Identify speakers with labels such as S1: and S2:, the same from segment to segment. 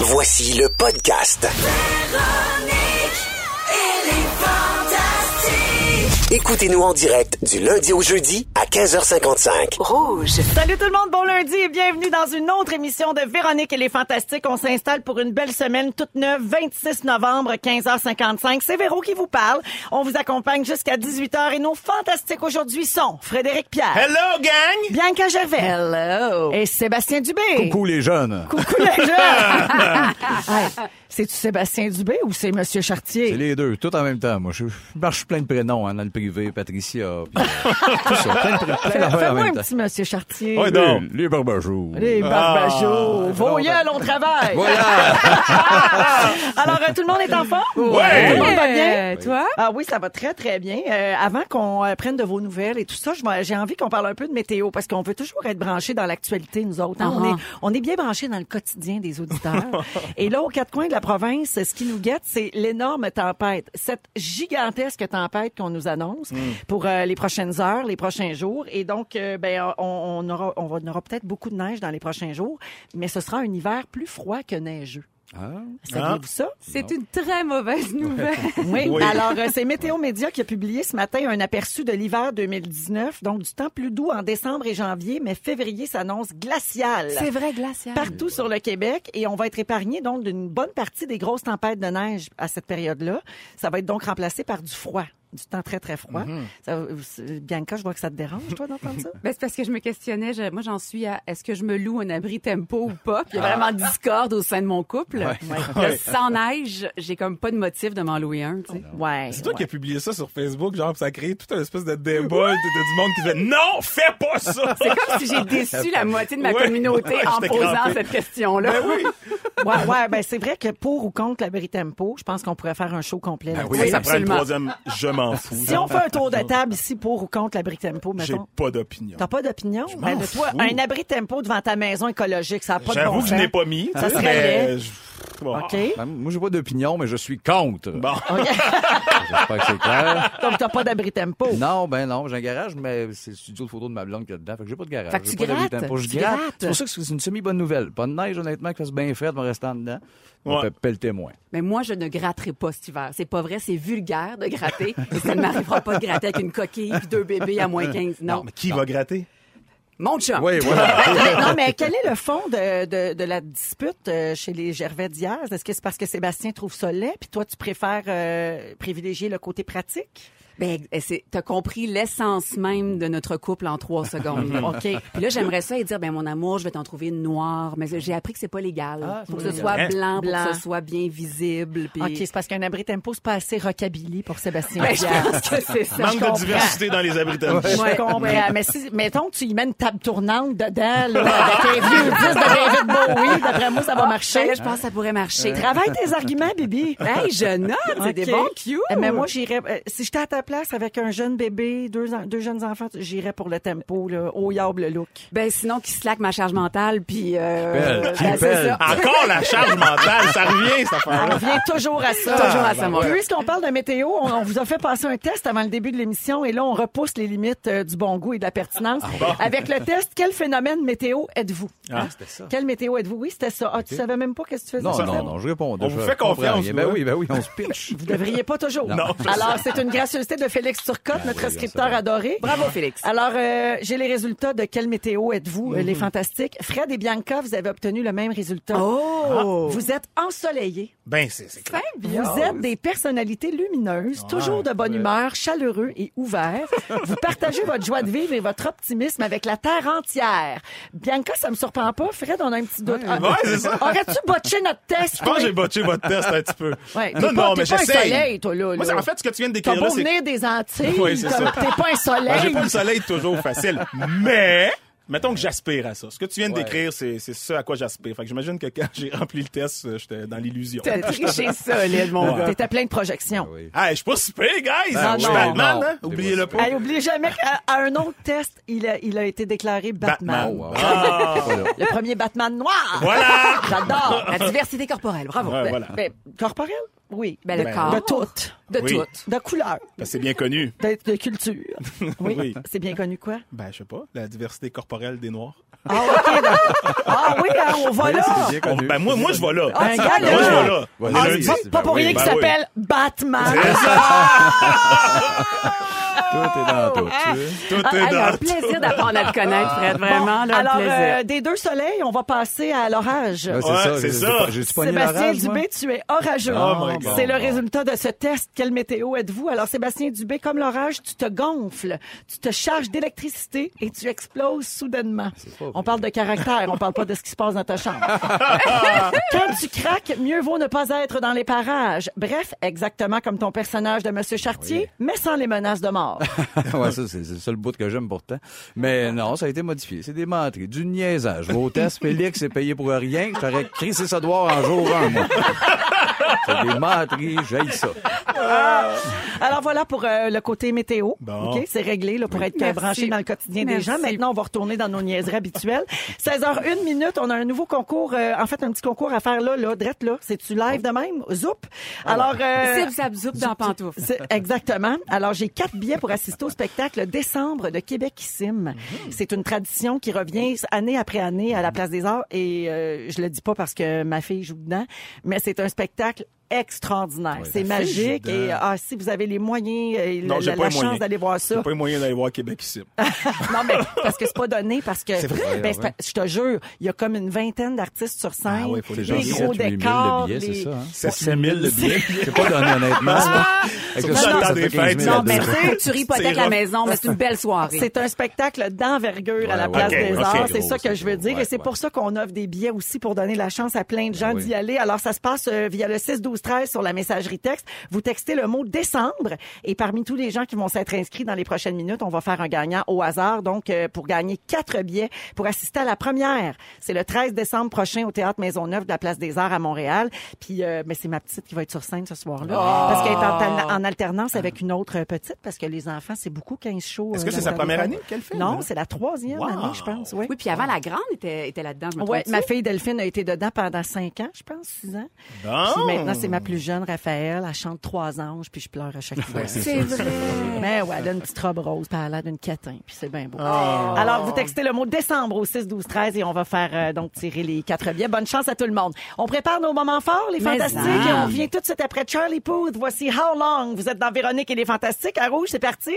S1: Voici le podcast. Écoutez-nous en direct du lundi au jeudi à 15h55.
S2: Salut tout le monde, bon lundi et bienvenue dans une autre émission de Véronique et les Fantastiques. On s'installe pour une belle semaine toute neuve, 26 novembre, 15h55. C'est Véro qui vous parle. On vous accompagne jusqu'à 18h et nos fantastiques aujourd'hui sont Frédéric Pierre,
S3: Hello, gang!
S2: Bianca Gervais
S4: Hello.
S2: et Sébastien Dubé.
S3: Coucou les jeunes.
S2: Coucou les gens! Hey, C'est-tu Sébastien Dubé ou c'est Monsieur Chartier?
S3: C'est les deux, tout en même temps. Moi, je je marche plein de prénoms hein, dans le privé, Patricia. puis, euh, tout ça, plein de pré- plein
S2: Fais-
S3: d'affaires en
S2: Fais-moi un
S3: même temps. Ah.
S2: petit Monsieur Chartier.
S3: Oui, donc. Les barbajoux.
S2: Les barbajots.
S3: Ah,
S2: Vos
S3: ça fait
S2: gueules, on travaille.
S3: Voilà!
S2: Alors, euh, tout le monde est en forme?
S3: Ouais.
S2: Tout le monde va bien?
S4: Euh, toi?
S2: Ah oui, ça va très, très bien. Euh, avant qu'on euh, prenne de vos nouvelles et tout ça, je vais- j'ai envie qu'on parle un peu de météo parce qu'on veut toujours être branchés dans l'actualité, nous autres. hein. on,
S4: Ah.
S2: est, on est bien branchés dans le quotidien des auditeurs. et là, aux quatre coins de la province, ce qui nous guette, c'est l'énorme tempête. Cette gigantesque tempête qu'on nous annonce pour euh, les prochaines heures, les prochains jours. Et donc, euh, ben, on, on aura, on va- on aura peut-être beaucoup de neige dans les prochains jours, mais ce sera un hiver plus froid que neigeux. Saviez-vous ça?
S4: C'est une très mauvaise nouvelle.
S2: Oui.
S3: Oui.
S2: Alors, euh, c'est Météo Média qui a publié ce matin un aperçu de l'hiver 2019, donc du temps plus doux en décembre et janvier, mais février s'annonce glacial.
S4: C'est vrai, glacial.
S2: Partout sur le Québec et on va être épargné donc d'une bonne partie des grosses tempêtes de neige à cette période-là. Ça va être donc remplacé par du froid, du temps très très froid. Ça- euh, Bianca, je vois que ça te dérange toi d'entendre ça.
S4: Ben, c'est parce que je me questionnais, je- moi j'en suis à est-ce que je me loue un abri tempo ou pas? Puis il y a
S5: Ah.
S4: vraiment discorde au sein de mon couple. Là, Sans neige, j'ai comme pas de motif de m'en louer un. tu sais.
S2: Ouais.
S5: C'est toi qui as publié ça sur Facebook, genre, pis ça a créé tout un espèce de débat de, de- du monde qui fait Non, fais
S2: Ah,
S5: pas ça!
S4: C'est comme si j'ai déçu la moitié de ma
S5: Ouais.
S4: communauté
S5: Ouais,
S4: en
S5: j'étais
S4: posant
S5: crampé.
S4: cette question-là.
S5: Ben oui!
S2: ouais, ouais, ben c'est vrai que pour ou contre la Tempo, je pense qu'on pourrait faire un show complet. là-dessus.
S4: oui,
S5: ça
S4: absolument.
S5: prend une troisième Je m'en fous.
S2: Si on fait un tour de table ici pour ou contre la Tempo,
S5: J'ai
S2: mettons.
S5: pas d'opinion.
S2: T'as pas d'opinion?
S5: m'en
S2: Ben, de toi,
S5: fous.
S2: un abri tempo devant ta maison écologique, ça n'a pas de bon
S5: J'avoue que je
S2: sens.
S5: n'ai pas mis.
S2: Ça
S5: tu sais,
S2: serait
S5: mais je- bon.
S2: OK. Oh,
S3: Ben, Moi, j'ai pas d'opinion, mais je suis contre.
S5: Bon.
S3: J'espère que c'est clair.
S2: Donc, t'as pas d'abri tempo.
S3: Non, ben non, j'ai un garage, mais c'est le studio de photos de ma blonde qui est dedans. Fait que j'ai pas de garage.
S4: Fait que
S3: J'ai
S4: tu
S3: pas d'habit
S4: grattes,
S3: tempo. Je
S4: tu
S3: gratte.
S4: grattes.
S3: C'est pour ça que c'est une semi-bonne nouvelle. Pas de neige, honnêtement, qui fasse bien frais de me rester en dedans. On
S5: Ouais.
S3: fait pelleter moins.
S4: Mais moi, je ne gratterai pas cet hiver. C'est pas vrai, c'est vulgaire de gratter. Et ça ne m'arrivera pas de gratter avec une coquille puis deux bébés à moins 15. Non.
S5: Non, mais qui va gratter?
S4: Mon
S5: Ah.
S4: chum.
S3: Oui, voilà.
S2: Mais Ben, non, mais quel est le fond de, de, de la dispute euh, chez les Gervais d'hier? Est-ce que c'est parce que Sébastien trouve ça laid, puis toi, tu préfères euh, privilégier le côté pratique?
S4: Ben, c'est- t'as compris l'essence même de notre couple en trois secondes. OK. Puis là, j'aimerais ça et dire, ben, mon amour, je vais t'en trouver une noire. Mais j'ai appris que c'est pas légal.
S3: c'est
S4: pour que
S3: pas
S4: ce soit
S5: Ah, légal.
S4: blanc, pour
S2: Blanc.
S4: que ce soit bien visible. Puis...
S2: OK, c'est parce qu'un abri tempo, c'est pas assez rockabilly pour Sébastien
S4: Ben, je
S2: Pierre.
S4: pense que c'est ça.
S5: Manque
S2: je
S5: de
S2: comprends.
S5: diversité dans les abris tempo.
S2: Je
S4: Ouais.
S2: comprends. Mais si, mettons que tu y mets une table tournante dedans, là, avec un vieux disque de David Bowie, d'après moi, ça va
S4: Ben
S2: marcher.
S4: là, je pense que ça pourrait marcher.
S2: Travaille tes arguments, Bibi.
S4: Hey, je note, c'est des
S2: OK.
S4: bons cues.
S2: Eh, Mais moi, j'irais. euh, si j'étais à ta place avec un jeune bébé, deux, en- deux jeunes enfants, j'irais pour le tempo, là, au yable look.
S4: Ben, sinon, qui slack ma charge mentale, puis... euh,
S3: Pelle, qui
S4: ben, c'est
S3: pelle.
S4: ça.
S5: Encore la charge mentale, ça revient, cette
S2: On
S5: affaire-là.
S2: revient toujours à ça.
S4: Ah. Toujours à ça, mon gars.
S2: Puisqu'on parle de météo, on, on vous a fait passer un test avant le début de l'émission et là, on repousse les limites euh, du bon goût et de la pertinence.
S4: Ah,
S2: Avec le test, quel phénomène météo êtes-vous?
S5: Ah,
S3: c'était ça.
S2: Quel météo êtes-vous? Oui, c'était ça. Ah, tu savais même pas qu'est-ce que tu faisais?
S3: Non,
S2: sur
S3: non,
S2: scène?
S3: non, je réponds.
S5: On
S3: Je
S5: vous fait
S3: comprends
S5: confiance,
S3: rien.
S5: nous,
S3: Ben
S5: hein?
S3: oui, ben oui, on se pitch.
S2: Vous devriez pas toujours.
S3: Non, je
S2: Alors, c'est une gracieuseté de Félix
S4: Ah,
S2: Turcotte, notre scripteur adoré.
S4: Bravo, Félix.
S2: Alors, euh, j'ai les résultats de quelle météo êtes-vous, euh, les
S5: Mhm.
S2: fantastiques. Fred et Bianca, vous avez obtenu le même résultat. Ah.
S4: Oh!
S2: Vous êtes ensoleillés.
S5: Ben, c'est c'est clair.
S2: Vous êtes des personnalités
S5: Ah,
S2: lumineuses, toujours de bonne humeur, chaleureux et ouverts. vous partagez votre joie de vivre et votre optimisme avec la terre entière. Bianca, ça me surprend pas. Fred, on a un petit doute. Ah,
S5: ouais, c'est ça.
S2: Aurais-tu botché notre test?
S5: Je pense que
S2: toi?
S5: j'ai botché votre test un petit peu.
S2: Ouais, t'es
S5: non,
S2: pas-
S5: non,
S2: t'es
S5: mais
S2: pas un
S5: j'essaye.
S2: soleil, toi, là,
S5: Moi,
S2: là.
S5: en fait, ce que tu viens de
S2: T'as
S5: décrire là,
S2: beau
S5: c'est
S2: venir des Antilles,
S5: Ouais, c'est
S2: comme
S5: ça.
S2: t'es pas un
S5: Ben, j'ai
S2: soleil.
S5: pas le soleil toujours facile, mais mettons que j'aspire à ça. Ce que tu viens de décrire, c'est c'est ce à quoi j'aspire. Fait que j'imagine que quand j'ai rempli le test, euh, j'étais dans l'illusion.
S4: T'as triché solide, mon gars.
S2: T'étais plein de projections.
S5: Hey, je suis pas super, guys!
S3: Ben
S5: je suis
S3: non,
S5: Batman,
S3: non.
S5: hein? Oubliez-le pas.
S2: Hey, oubliez jamais qu'à à un autre test, il a, il a été déclaré Batman.
S5: Batman.
S3: wow.
S5: Ah,
S2: Le premier Batman noir.
S5: voilà!
S2: J'adore.
S4: La diversité corporelle, bravo.
S5: Ouais,
S4: Ben,
S5: voilà.
S2: Mais, corporel? Oui.
S4: Ben, le
S5: Ben,
S4: corps.
S2: de toutes.
S4: De
S5: Oui.
S4: toutes.
S2: De couleur.
S5: Ben, c'est bien connu.
S2: De, de culture. Oui.
S5: Oui.
S2: C'est bien connu, quoi?
S5: Ben, je sais pas, la diversité corporelle des Noirs.
S2: Ah, OK. ben- ah oui, hein, on va là.
S3: c'est bien
S5: On-
S3: connu.
S5: ben, moi, moi, je vais là. Ben,
S2: Ah,
S5: moi,
S2: regarde,
S5: je
S2: là.
S5: vais là.
S3: Ouais,
S5: Le
S2: Ah,
S3: lundi,
S2: c'est pas-
S3: c'est-
S2: pas
S3: ben
S2: pour
S3: oui,
S2: rien qu'il
S5: ben oui.
S2: s'appelle Batman.
S3: Tout est dans tout. tu veux.
S5: Tout
S4: Ah,
S5: est
S4: hey,
S5: dans
S4: un
S5: tout.
S4: plaisir d'apprendre à te connaître, Fred.
S2: Bon,
S4: Vraiment, là, un
S2: alors,
S4: plaisir.
S2: euh, des deux soleils, on va passer à l'orage.
S3: Ouais,
S5: Ouais,
S3: c'est
S5: c'est
S3: ça.
S5: ça.
S3: j'ai- J'ai j'ai pogné la
S2: Sébastien
S3: rage, moi.
S2: Dubé, tu es orageux.
S5: Oh my God.
S2: c'est le résultat de ce test. Quelle météo êtes-vous? Alors, Sébastien Dubé, comme l'orage, tu te gonfles, tu te charges d'électricité et tu exploses soudainement. On parle de caractère, on parle pas de ce qui se passe dans ta chambre. Quand tu craques, mieux vaut ne pas être dans les parages. Bref, exactement comme ton personnage de Monsieur Chartier, mais sans les menaces de mort.
S3: ouais, ça, c'est c'est le seul bout que j'aime pourtant. Mais non, ça a été modifié. C'est des menteries, du niaisage. Je vais au test, Félix est payé pour rien. Je t'aurais crissé sa doigt en jour un, moi. C'est des menteries, j'aille ça.
S2: Alors voilà pour euh, le côté météo.
S5: Bon.
S2: OK, c'est réglé là, pour être euh,
S4: Merci.
S2: branché dans le quotidien des
S4: Merci.
S2: gens. Maintenant, on va retourner dans nos niaiseries habituelles. 16h01 minute, on a un nouveau concours euh, en fait un petit concours à faire là là, drette là, c'est tu live de même, zoup. Alors euh,
S4: Zip, zap, zoup dans pantoufle.
S2: c'est- exactement. Alors, j'ai quatre billets pour assister au spectacle Décembre de Québec Sim.
S5: Mhm.
S2: C'est une tradition qui revient année après année à la Place des Arts et euh, je le dis pas parce que ma fille joue dedans, mais c'est un spectacle extraordinaire. c'est magique
S5: joue dedans.
S2: et ah, si vous avez les moyens et
S5: ben, Non,
S2: la,
S5: j'ai
S2: la
S5: pas les
S2: chance
S5: moyens.
S2: d'aller voir ça. Ah.
S5: J'ai pas eu moyen d'aller voir Québec ici.
S2: non mais parce que c'est pas donné parce que
S5: C'est vrai?
S2: Ben, c'est pas- je te jure, il y a comme une vingtaine d'artistes sur scène,
S5: Ah ouais, faut les
S2: des
S5: gens
S3: sept,
S2: gros
S3: huit mille de
S2: décors,
S3: billets, c'est
S2: les-
S3: ça, hein?
S5: 7 000 le billet.
S3: C'est pas donné, honnêtement. Avec
S5: Surtout dans le
S3: ça
S5: temps
S3: fait
S5: des
S3: 15 000
S5: fêtes,
S3: à
S4: Non, mais
S3: deux.
S4: tu sais, tu
S5: C'est
S4: ripothèques la
S5: rough.
S4: maison, mais c'est une belle soirée.
S2: C'est un spectacle d'envergure à la
S3: Ouais,
S2: place
S5: ouais,
S2: des
S5: ouais,
S2: arts,
S5: c'est
S2: c'est
S3: gros,
S2: ça que
S3: c'est
S2: je veux
S3: gros,
S2: dire.
S3: ouais,
S2: et c'est
S3: ouais. Ah
S2: pour ça qu'on offre des billets aussi pour donner la chance à plein de gens
S3: oui.
S2: d'y aller. Alors ça se passe euh, via le 6 12 13 sur la messagerie texte. Vous textez le mot décembre et parmi tous les gens qui vont s'être inscrits dans les prochaines minutes, on va faire un gagnant au hasard. Donc euh, pour gagner quatre billets pour assister à la première, c'est le 13 décembre prochain au théâtre Maisonneuve de la place des Arts à Montréal. Puis euh, mais c'est ma petite qui va être sur scène ce soir-là
S3: Ah!
S2: parce qu'elle est en, en alternance avec une autre petite parce que les enfants c'est beaucoup 15 shows.
S5: Est-ce
S2: euh,
S5: que
S2: la
S5: c'est sa
S2: dernière
S5: première
S2: fois.
S5: année qu'elle fait?
S2: Non, c'est la troisième
S5: Wow.
S2: année, je pense. Oui.
S4: Oui, Ah. puis avant, la grande était, était là-dedans, je me
S2: Ouais,
S4: trompe-tu?
S2: ma fille Delphine a été dedans pendant cinq ans, je pense, six ans.
S5: Bon.
S2: Puis maintenant, c'est ma plus jeune, Raphaël. Elle chante trois anges, puis je pleure à
S5: Ben,
S2: chaque fois.
S4: C'est vrai.
S2: Mais Ben ouais, elle a une petite robe rose, puis elle a l'air d'une catin, puis c'est bien beau. Alors, vous textez le mot décembre au 6, 12, 13 et on va faire euh, donc tirer les quatre billets. Bonne chance à tout le monde. On prépare nos moments forts, les
S4: Mais
S2: fantastiques,
S4: en.
S2: et on revient tout de suite après Charlie Puth. Voici How Long. Vous êtes dans Véronique et les fantastiques. À rouge, c'est parti.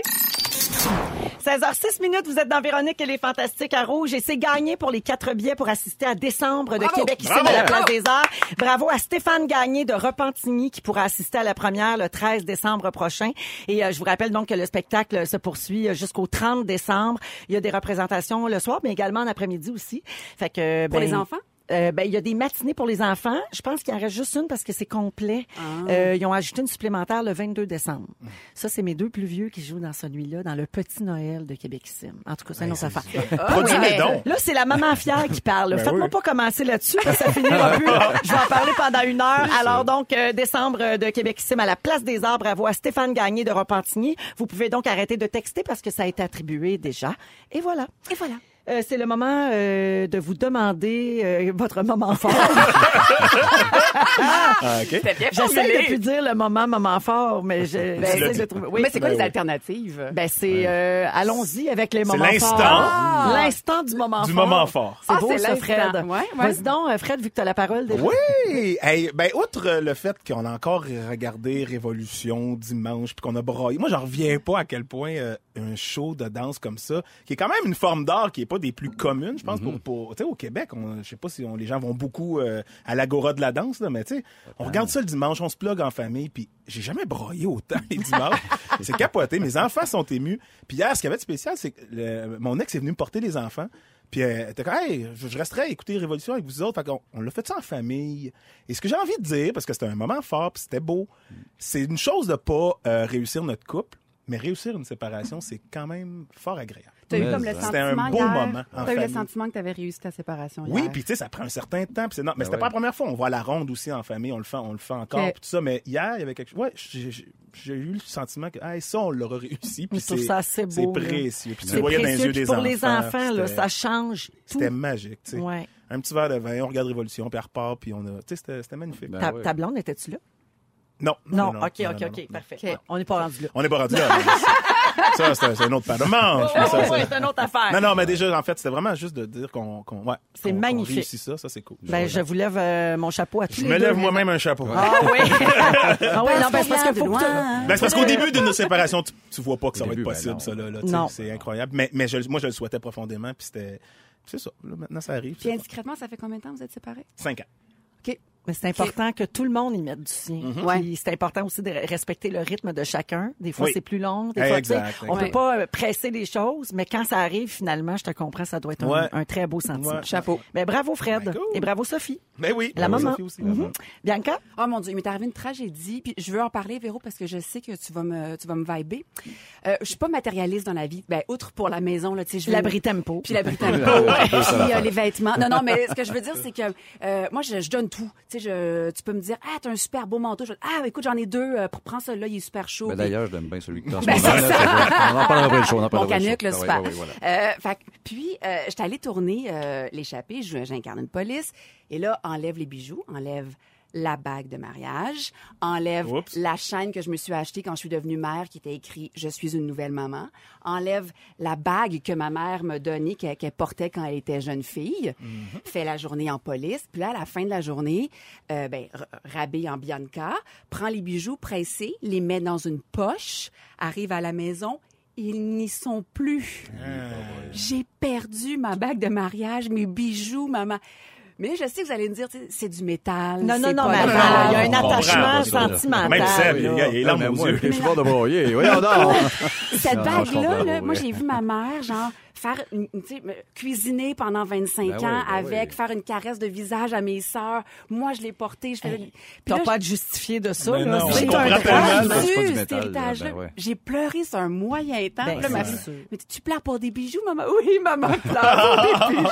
S2: 16h06 minutes, vous êtes dans Véronique et les Fantastiques à Rouge et c'est gagné pour les quatre billets pour assister à décembre de Québec ici à la Place des Arts. Bravo à Stéphane Gagné de Repentigny qui pourra assister à la première le 13 décembre prochain. Et euh, je vous rappelle donc que le spectacle se poursuit euh, jusqu'au 30 décembre. Il y a des représentations le soir, mais également en après-midi aussi. Fait que
S4: Pour
S2: ben,
S4: les enfants?
S2: euh, ben, il y a des matinées pour les enfants. Je pense qu'il en reste juste une parce que c'est complet.
S4: Ah.
S2: Euh, ils ont ajouté une supplémentaire le 22 décembre. Ça, c'est mes deux plus vieux qui jouent dans celui-là, dans le Petit Noël de Québec Sim. En tout cas, c'est une autre affaire.
S5: Produis les
S4: mais-
S5: dons.
S2: Là, c'est la maman fière qui parle.
S5: Ben
S2: Faites-moi
S5: oui.
S2: pas commencer là-dessus, parce que ça finira plus. Je vais en parler pendant une heure. Alors donc, euh, décembre euh, de Québec Sim à la Place des Arbres, à voix Stéphane Gagné de Repentigny. Vous pouvez donc arrêter de texter parce que ça a été attribué déjà. Et voilà.
S4: Et voilà.
S2: Euh, c'est le moment euh, de vous demander euh, votre moment fort.
S5: Ah, OK.
S4: C'était bien
S2: J'essaie de
S4: formulé.
S2: plus dire le moment moment fort, mais je-
S4: Ben,
S2: j'essaie
S4: tu-
S2: de trouver. oui.
S4: Mais c'est quoi
S5: Ben
S4: les
S5: oui.
S4: alternatives?
S2: Ben c'est euh, allons-y avec les moments
S5: l'instant.
S2: forts.
S5: Ah!
S2: L'instant du moment
S5: Du
S2: fort.
S5: moment fort.
S2: C'est
S4: Ah,
S2: beau
S4: c'est
S2: ça,
S4: l'instant.
S2: Fred.
S4: Ouais, ouais.
S2: Vas-y donc, euh, Fred, vu que t'as la parole déjà.
S5: Oui! Hey, ben, outre euh, le fait qu'on a encore regardé Révolution dimanche, puis qu'on a broyé, moi, j'en reviens pas à quel point euh, un show de danse comme ça, qui est quand même une forme d'art qui est pas des plus communes, je pense, pour, pour- tu sais, au Québec, on- je sais pas si on- les gens vont beaucoup euh, à l'agora de la danse, là, mais tu sais, on regarde ça le dimanche, on se plug en famille, puis j'ai jamais broyé autant les dimanches. c'est capoté, mes enfants sont émus. Puis hier, ce qui avait de spécial, c'est que le- mon ex est venu me porter les enfants. Puis euh, t'es comme, hey, je, je resterai à écouter Révolution avec vous autres. Fait qu'on on l'a fait ça en famille. Et ce que j'ai envie de dire, parce que c'était un moment fort, puis c'était beau, c'est une chose de pas euh, réussir notre couple, mais réussir une séparation, c'est quand même fort agréable.
S4: T'as eu
S3: Mais
S4: comme le
S3: ça.
S4: sentiment
S5: ben, C'était un beau
S4: hier,
S5: moment en
S4: T'as eu le
S5: famille.
S4: sentiment que t'avais réussi ta séparation hier.
S5: Oui, puis tu sais, ça prend un certain temps. puis c'est non, mais c'était
S3: ouais.
S5: pas la première fois. On voit la ronde aussi en famille, on le fait, on le fait encore,
S4: Ok.
S5: puis tout ça. Mais hier, il y avait quelque chose. Ouais, j'ai- j'ai j'ai eu le sentiment que, hey, ça, on l'aura réussi. Puis
S2: Je trouve
S5: c'est-
S2: ça assez
S5: C'est
S2: beau. là.
S5: précieux. Puis tu
S2: C'est
S5: le voyais dans les
S2: précieux,
S5: yeux
S2: puis
S5: des
S2: pour
S5: enfants.
S2: les enfants, là,
S5: c'était-
S2: ça change tout.
S5: C'était magique, tu sais.
S2: Ouais.
S5: Un petit verre de vin, on regarde Révolution, puis elle repart, puis on a. Tu sais, c'était c'était magnifique.
S3: Ben
S2: Ta,
S3: ouais.
S2: ta blonde, étais-tu là?
S5: Non.
S2: Non, OK,
S5: non,
S2: OK,
S5: non,
S2: OK,
S5: non.
S2: parfait.
S4: OK.
S2: On n'est pas rendu là.
S5: On n'est pas rendu là. ça, c'est un, c'est un autre pas de manche.
S2: Oh,
S5: mais ça,
S2: ouais,
S5: ça-
S2: c'est une autre affaire.
S5: Non, non, mais déjà, en fait, c'était vraiment juste de dire qu'on. qu'on- ouais,
S2: C'est
S5: qu'on- qu'on
S2: magnifique.
S5: réussit ça, ça, c'est cool.
S2: Ben, je vous lève euh, mon chapeau à tous
S5: Je
S2: les
S5: me
S2: deux.
S5: lève moi-même un chapeau.
S2: Ah oui. ah oui, non, ben, c'est parce que
S4: de
S2: faut que tu-
S4: loin.
S5: Ben, c'est parce qu'au début d'une séparation, tu, tu vois pas que ça
S3: Au
S5: va
S3: début,
S5: être
S3: ben
S5: possible,
S3: non.
S5: ça, là. là, tu sais,
S2: Non.
S5: c'est incroyable. Mais, mais je- moi, je le souhaitais profondément, puis c'était. C'est ça. Là, maintenant, ça arrive.
S4: Puis indiscrètement, ça fait combien de temps que vous êtes séparés?
S5: Cinq ans.
S4: OK.
S2: Mais c'est important que tout le monde y mette du sien.
S5: Mhm.
S4: Ouais.
S2: Puis C'est important aussi de respecter le rythme de chacun. Des fois,
S5: Oui.
S2: c'est plus long. Des
S5: Eh,
S2: fois, tu sais,
S5: exact,
S2: on
S5: exact.
S2: peut pas euh, presser les choses, mais quand ça arrive, finalement, je te comprends, ça doit être un-
S5: Ouais.
S2: un, très beau sentiment.
S5: Ouais.
S4: Chapeau.
S2: Mais bravo, Fred.
S5: Ben, cool.
S2: Et bravo, Sophie.
S5: Mais oui.
S2: La
S5: Ben oui,
S2: maman.
S5: Sophie aussi, la
S2: Mhm.
S5: maman.
S2: Bianca?
S4: Oh mon Dieu, il m'est arrivé une tragédie. Puis je veux en parler, Véro, parce que je sais que tu vas me, tu vas me viber. Euh, je suis pas matérialiste dans la vie. Ben, outre pour la maison, là, tu sais, je veux-
S2: L'abri tempo.
S4: Puis la Britannique.
S3: Ouais, deux seules
S4: puis euh,
S3: affaires.
S4: les vêtements. Non, non, mais ce que je veux dire, c'est que euh, moi, je, je donne tout. Tu sais, je, tu peux me dire, ah, t'as un super beau manteau. Je, ah, écoute, j'en ai deux. euh, prends celui-là, il est super chaud.
S3: Ben,
S4: Puis-
S3: D'ailleurs, je l'aime bien celui que t'as en ce
S4: Ben,
S3: moment-là,
S4: c'est
S3: fait que On en parlera après le show. On en
S4: Mon
S3: parlera après le
S4: canuc,
S3: show.
S4: là,
S3: Ah ouais,
S4: super.
S3: ouais, ouais,
S4: Euh,
S3: voilà.
S4: fait que- puis, euh, j'étais allée tourner euh, l'échappée, je- j'incarne une police, et là, enlève les bijoux, enlève la bague de mariage, enlève
S5: Oups.
S4: la chaîne que je me suis achetée quand je suis devenue mère, qui était écrit « Je suis une nouvelle maman », enlève la bague que ma mère me donnait, qu'elle qu'elle portait quand elle était jeune fille, fait la journée en police, puis là, à la fin de la journée, euh, ben, r- rabille en Bianca, prend les bijoux pressés, les met dans une poche, arrive à la maison, ils n'y sont plus. J'ai perdu ma bague de mariage, mes bijoux, maman. Mais là, je sais que vous allez me dire, tu sais, c'est du métal.
S2: Non, non,
S4: c'est
S2: non,
S4: pas
S2: mais
S4: grave.
S2: attends, il y a un
S5: On comprend,
S2: attachement
S3: on comprend.
S2: sentimental.
S5: Même Seb,
S2: là.
S5: les gars, il est là,
S3: mais
S5: mon
S3: Ben, moi,
S5: Dieu.
S3: je suis pas de broyer. Voyons donc.
S4: Cette
S3: Non, non, je
S4: bague-là, là,
S3: comprends, oui.
S4: moi, j'ai vu ma mère, genre, faire, une- tu sais, me- cuisiner pendant 25
S3: Ben oui,
S4: ans
S3: ben
S4: avec,
S3: oui.
S4: faire une caresse de visage à mes sœurs. Moi, je l'ai portée, je faisais... Puis
S2: T'as
S4: là,
S2: pas à te justifier de ça.
S5: Ben
S2: là.
S5: non,
S2: C'est
S5: je comprends
S2: un
S5: tellement,
S2: drame.
S5: là.
S3: c'est pas du
S4: Dieu, cet
S3: métal, là,
S4: héritage-là.
S3: ben ouais.
S4: J'ai pleuré sur un moyen temps.
S2: Ben,
S4: Puis là, ma
S2: c'est
S4: fille, mais tu pleures pour des bijoux, maman? Oui, maman, je pleure pour des
S5: Oh,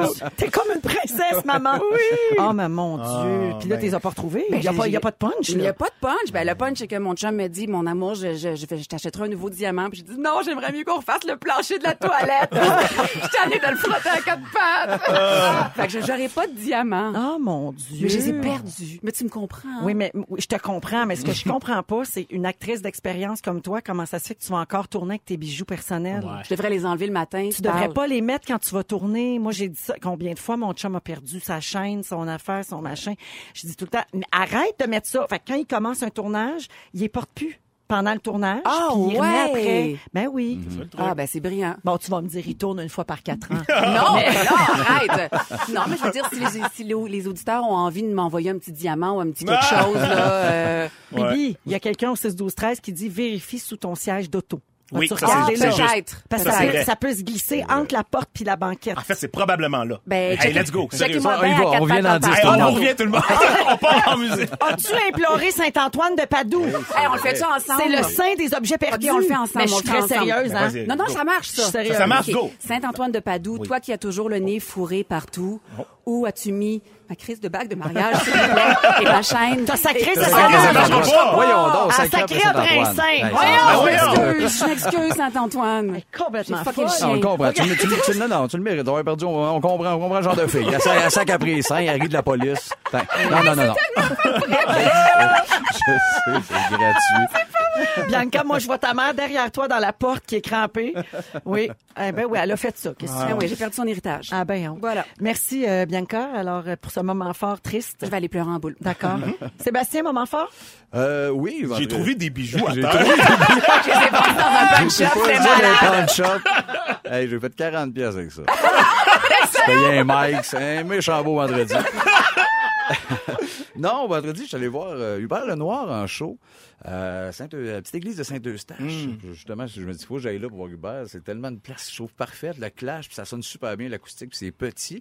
S4: bijoux.
S2: Oh, T'es comme une princesse, maman. Oui. Oh, mais mon Dieu.
S5: Ah,
S2: Puis là,
S5: ben.
S2: t'es pas retrouvés. Il
S4: Ben,
S2: n'y a,
S4: j'ai-
S2: pas- y a pas de punch.
S4: Il n'y
S2: là.
S4: a pas de punch. Ben, le punch, c'est que mon chum me dit, mon amour, je, je, je, je t'achèterai un nouveau diamant. Puis j'ai dit, non, j'aimerais mieux qu'on refasse le plancher de la toilette. je t'en ai de le frotter à quatre pattes. fait que je- j'aurais pas de diamant.
S2: Oh, mon Ah. Dieu.
S4: mais je les ai perdus. Mais tu me comprends. hein?
S2: Oui, mais oui, je te comprends, mais ce que je comprends pas, c'est une actrice d'expérience comme toi, comment ça se fait que tu vas encore tourner avec tes bijoux personnels?
S5: Ouais.
S4: Je devrais les enlever le matin.
S2: Tu devrais pas les mettre quand tu vas tourner. Moi, j'ai dit ça combien de fois mon chum a perdu sa chaîne, son affaire, son machin. Je dis tout le temps, mais arrête de mettre ça. Fait que quand il commence un tournage, il les porte plus pendant le tournage.
S4: Ah,
S2: puis il les remet
S4: ouais.
S2: après. Ben oui.
S5: Mhm.
S4: Ah, ben, c'est brillant.
S2: Bon, tu vas me dire, il tourne une fois par quatre ans.
S4: Non, mais non, arrête. Non, mais je veux dire, si les, si les- les auditeurs ont envie de m'envoyer un petit diamant ou un petit quelque
S5: Ah.
S4: chose, là, euh,
S5: Ouais.
S2: Bibi, il y a quelqu'un au 6-12-13 qui dit vérifie sous ton siège d'auto.
S5: Oui,
S2: Vas-tu
S5: ça, c'est-
S2: regarder
S5: c'est
S2: là?
S5: juste-
S4: peut-être.
S2: Parce que
S5: Ça,
S2: ça,
S5: c'est
S2: peut,
S5: vrai.
S2: ça peut se glisser entre la porte puis la banquette.
S5: En fait, c'est probablement là.
S4: Ben,
S5: hey,
S4: check-
S5: let's go.
S4: check
S5: sérieux.
S4: him out.
S3: On y va, on vient d'en dire
S5: Hey,
S3: tout
S5: on
S3: le
S5: en
S3: monde.
S5: revient tout le monde. on part en musique.
S4: Ah.
S2: As-tu imploré Saint-Antoine de Padoue?
S4: Hey, on le fait ça ensemble.
S2: C'est le saint des objets perdus.
S4: on le fait ensemble,
S2: Mais je
S4: on
S2: suis
S4: le fait
S2: très
S4: ensemble.
S2: sérieuse.
S5: Ben,
S2: hein.
S5: vas-y.
S4: Non, non,
S5: Go.
S4: ça marche, ça.
S2: Je suis sérieuse.
S5: Ça marche,
S4: Ok.
S5: go.
S4: Saint-Antoine de Padoue, toi qui as toujours le nez fourré partout,
S5: Oh.
S4: où as-tu mis ma crise de bague de mariage, s'il te plaît, et ma chaîne?
S2: T'as sacré
S5: Ça,
S4: Ah,
S2: ça.
S5: sacré, ça marche
S3: marche
S5: pas.
S3: Voyons donc.
S2: Ah,
S3: sacré
S2: sacré
S3: Saint-Antoine.
S2: prince saint.
S3: Hey, ça
S5: Ben,
S4: Voyons,
S3: marche pas.
S5: voyons.
S4: je m'excuse, je m'excuse, Saint-Antoine.
S2: Complètement
S4: J'ai fucké le
S2: folle.
S4: chien.
S3: Ah, on le comprend. Tu, le- tu, le- tu, non, non, tu le mérites. On a perdu, on, on comprend, on comprend le genre de fille. Elle sac, elle sac après les seins, elle rit de la police. Attends. Non, non, non, non. je sais, c'est gratuit.
S2: Bianca, moi, je vois ta mère derrière toi dans la porte qui est crampée. Oui. Eh ben oui, elle a fait ça. Qu'est-ce que tu
S4: Ah
S2: fais?
S4: oui, j'ai perdu son héritage.
S2: Ah ben, on-
S4: Voilà.
S2: Merci, euh, Bianca, alors, euh, pour ce moment fort triste.
S4: Je vais aller pleurer en boule.
S2: D'accord. Sébastien, moment fort?
S3: Euh, oui,
S5: J'ai
S3: André.
S5: trouvé des bijoux à
S3: J'ai
S5: terre.
S3: trouvé
S4: Dans un
S3: Je sais pas, c'est un pawn shop. Hey, j'ai fait 40 pièces avec ça. J'ai payé un mic, c'est un méchant beau vendredi. non, vendredi, je suis allé voir euh, Hubert Lenoir en show, euh, Sainte- à la petite église de Saint-Eustache. Justement, je me dis, faut que j'aille là pour voir Hubert. C'est tellement une place, je trouve, parfaite. Le clash, puis ça sonne super bien, l'acoustique, puis c'est petit.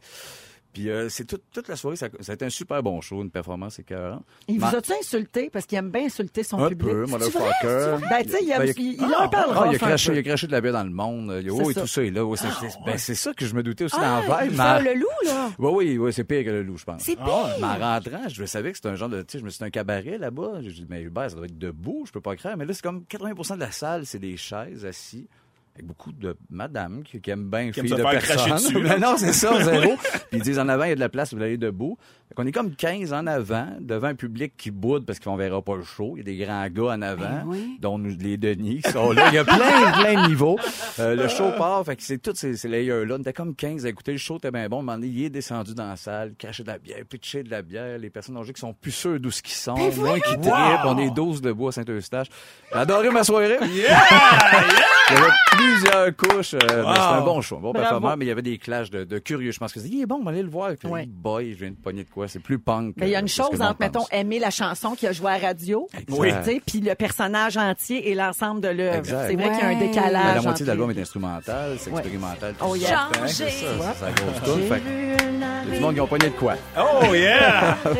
S3: Puis euh, c'est tout- toute la soirée, ça, ça a été un super bon show, une performance écœurante.
S2: Il
S3: Ma-
S2: vous a-tu insulté? Parce qu'il aime bien insulter son
S3: un
S2: public.
S3: peu,
S2: C'est-tu
S3: motherfucker.
S2: vrai? Ben, tu sais, il, aime-
S3: Ben,
S2: il, il en parlera.
S3: Ah, il a
S2: enfin,
S3: craché,
S2: un
S3: il
S2: peu.
S3: a craché de la bière dans le monde. Il y a, oh,
S2: C'est ça.
S3: et
S2: Ah,
S3: tout ça, et là, oh, c'est, c'est- ben, c'est ça que je me doutais aussi dans la
S4: Ah,
S3: vibe.
S4: ça,
S3: mais-
S4: le loup, là.
S3: oui, oui, oui, c'est pire que le loup, je pense.
S4: C'est pire.
S3: Mais en rentrant, je savais que c'était un genre de. Tu sais, je me suis dit, un cabaret là-bas. J'ai dit, mais Hubert, ça doit être debout, je peux pas craindre. Mais là, c'est comme 80 de la salle, c'est des chaises assis. Avec beaucoup de madames qui, qui aiment bien
S5: aiment
S3: filles
S5: se
S3: de Ben
S5: faire cracher
S3: personnes.
S5: dessus, là.
S3: Mais non, c'est ça, zéro. Puis ils disent en avant, il y a de la place, vous allez debout. On est comme 15 en avant, devant un public qui boude parce qu'on verra pas le show. Il y a des grands gars en avant,
S4: Ben oui.
S3: dont nous, les Denis qui sont là. Il y a plein, plein de niveaux. Euh, le show part, fait que c'est tous ces, ces layers-là. On était comme 15 à écouter. Le show était bien bon. À un moment donné, il est descendu dans la salle, craché de la bière, pitché de la bière. Les personnes âgées qui sont plus sûres d'où ce qu'ils sont,
S4: Ben
S3: moins qui trippent. On est 12 debout à Saint-Eustache. J'ai adoré ma soirée. Il y avait plusieurs couches. euh, mais C'était un bon show, un bon
S2: Bravo.
S3: performeur, mais il y avait des clashs de, de curieux. Je pense que c'est, il est bon, on va aller le voir. Puis,
S2: Ouais.
S3: Boy, je viens de pogner de quoi. C'est plus punk.
S2: Mais il y a
S3: euh,
S2: une
S3: que ce que
S2: chose
S3: le monde
S2: entre, mettons,
S3: pense.
S2: aimer la chanson qui a joué à radio,
S3: Exact.
S2: oui. puis le personnage entier et l'ensemble de l'œuvre.
S3: Exact.
S2: C'est vrai qu'il y a un
S4: Ouais.
S2: décalage.
S3: Mais la
S2: entre
S3: moitié de l'album
S2: les
S3: est instrumental, c'est
S2: Ouais.
S3: expérimental.
S2: Oh,
S3: tout
S2: yeah.
S3: ça. Fait que C'est ça, c'est sa grosse toune. Fait que, Il y a du monde qui ont pogné de quoi.
S5: Oh, yeah!
S2: deux.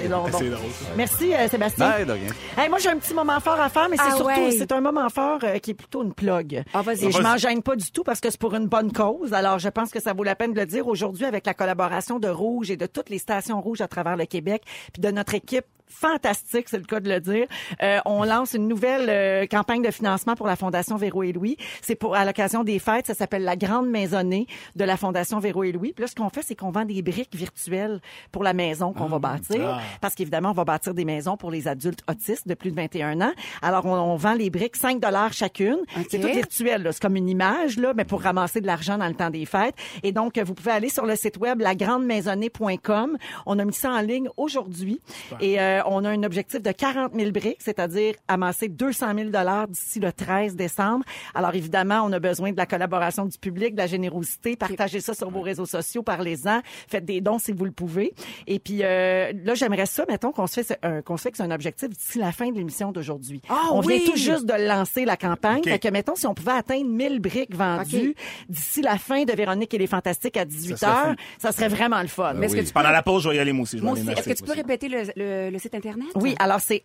S2: C'est long, bon.
S5: C'est drôle.
S2: Merci, euh, Sébastien.
S3: Ben, de rien.
S2: Hey, moi, j'ai un petit moment fort à faire, mais c'est
S4: Ah
S2: surtout,
S4: ouais.
S2: c'est un moment fort euh, qui est plutôt une plug.
S4: Ah, vas-y.
S2: Et je
S5: Ah, vas-y.
S2: m'en gêne pas du tout parce que c'est pour une bonne cause. Alors, je pense que ça vaut la peine de le dire aujourd'hui avec la collaboration de Rouge et de toutes les stations rouges à travers le Québec, puis de notre équipe fantastique, c'est le cas de le dire. Euh, on lance une nouvelle euh, campagne de financement pour la Fondation Véro et Louis. C'est pour à l'occasion des fêtes, ça s'appelle la grande maisonnée de la Fondation Véro et Louis. Puis là, ce qu'on fait, c'est qu'on vend des briques virtuelles pour la maison qu'on va bâtir parce qu'évidemment, on va bâtir des maisons pour les adultes autistes de plus de 21 ans. Alors, on, on vend les briques 5 dollars chacune.
S4: Ok.
S2: C'est tout virtuel, là. c'est comme une image, là, mais pour ramasser de l'argent dans le temps des fêtes. Et donc, euh, vous pouvez aller sur le site web lagrandemaisonnée.com. On a mis ça en ligne aujourd'hui et euh, on a un objectif de 40 000 briques, c'est-à-dire amasser 200 000 dollars d'ici le 13 décembre. Alors, évidemment, on a besoin de la collaboration du public, de la générosité. Partagez ça sur vos réseaux sociaux, parlez-en, faites des dons si vous le pouvez. Et puis euh, là, j'aimerais ça, mettons, qu'on se fait un, qu'on se fixe un objectif d'ici la fin de l'émission d'aujourd'hui.
S4: Ah
S2: on
S4: oui!
S2: vient tout juste de lancer la campagne.
S5: OK.
S2: Fait que, mettons, si on pouvait atteindre 1000 briques vendues d'ici la fin de Véronique et les Fantastiques à 18
S5: Ça serait Ben
S2: heures, ça serait vraiment le fun.
S4: Mais est-ce
S3: oui.
S4: que tu peux...
S5: Pendant la pause, je vais y aller, moi aussi. Je vais
S4: Moi
S5: aller
S4: aussi, est-ce
S5: m'acheter,
S4: que tu peux
S5: moi aussi.
S4: répéter le, le- le site Internet?
S2: Oui, alors c'est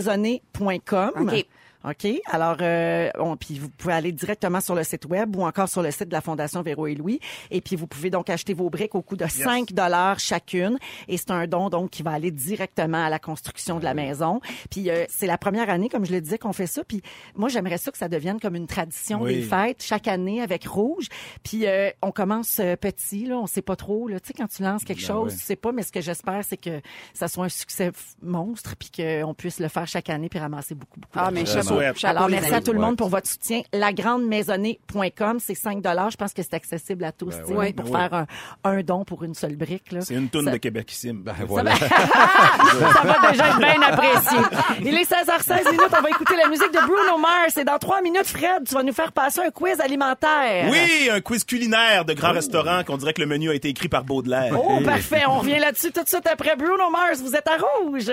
S2: lagrandemaisonnée.com.
S4: OK.
S2: OK. Alors, euh, on- puis vous pouvez aller directement sur le site web ou encore sur le site de la Fondation Véro et Louis. Et puis, vous pouvez donc acheter vos briques au coût de 5 dollars chacune. Et c'est un don, donc, qui va aller directement à la construction de
S5: Ben
S2: la maison. Puis, euh, c'est la première année, comme je le disais, qu'on fait ça. Puis, moi, j'aimerais ça que ça devienne comme une tradition
S5: Oui.
S2: des fêtes chaque année avec Rouge. Puis, euh, on commence euh, petit, là. On sait pas trop, là. Tu sais, quand tu lances quelque
S3: Ben
S2: chose,
S3: ouais.
S2: je sais pas, mais ce que j'espère, c'est que ça soit un succès f- monstre, puis qu'on puisse le faire chaque année, puis ramasser beaucoup, beaucoup.
S4: Ah, mais
S2: d'argent.
S4: chapeau.
S5: Souhaite.
S4: chapeau,
S2: Alors,
S4: les
S2: merci
S4: amis.
S2: à tout le
S3: Ouais.
S2: monde pour votre soutien. Lagrandemaisonnée.com, c'est 5 Je pense que c'est accessible à tous, tu sais,
S3: ouais,
S2: pour
S5: ben
S2: faire un, un don pour une seule brique. Là.
S5: C'est une toune
S2: Ça-
S5: de Québecissime.
S3: Ben, voilà.
S2: Ça va déjà être bien apprécié. Il est 16h16 minutes. On va écouter la musique de Bruno Mars. Et dans trois minutes, Fred, tu vas nous faire passer un quiz alimentaire.
S5: Oui, un quiz culinaire de grands restaurants qu'on dirait que le menu a été écrit par Baudelaire.
S2: Oh, parfait. On revient là-dessus tout de suite après Bruno Mars. Vous êtes à Rouge.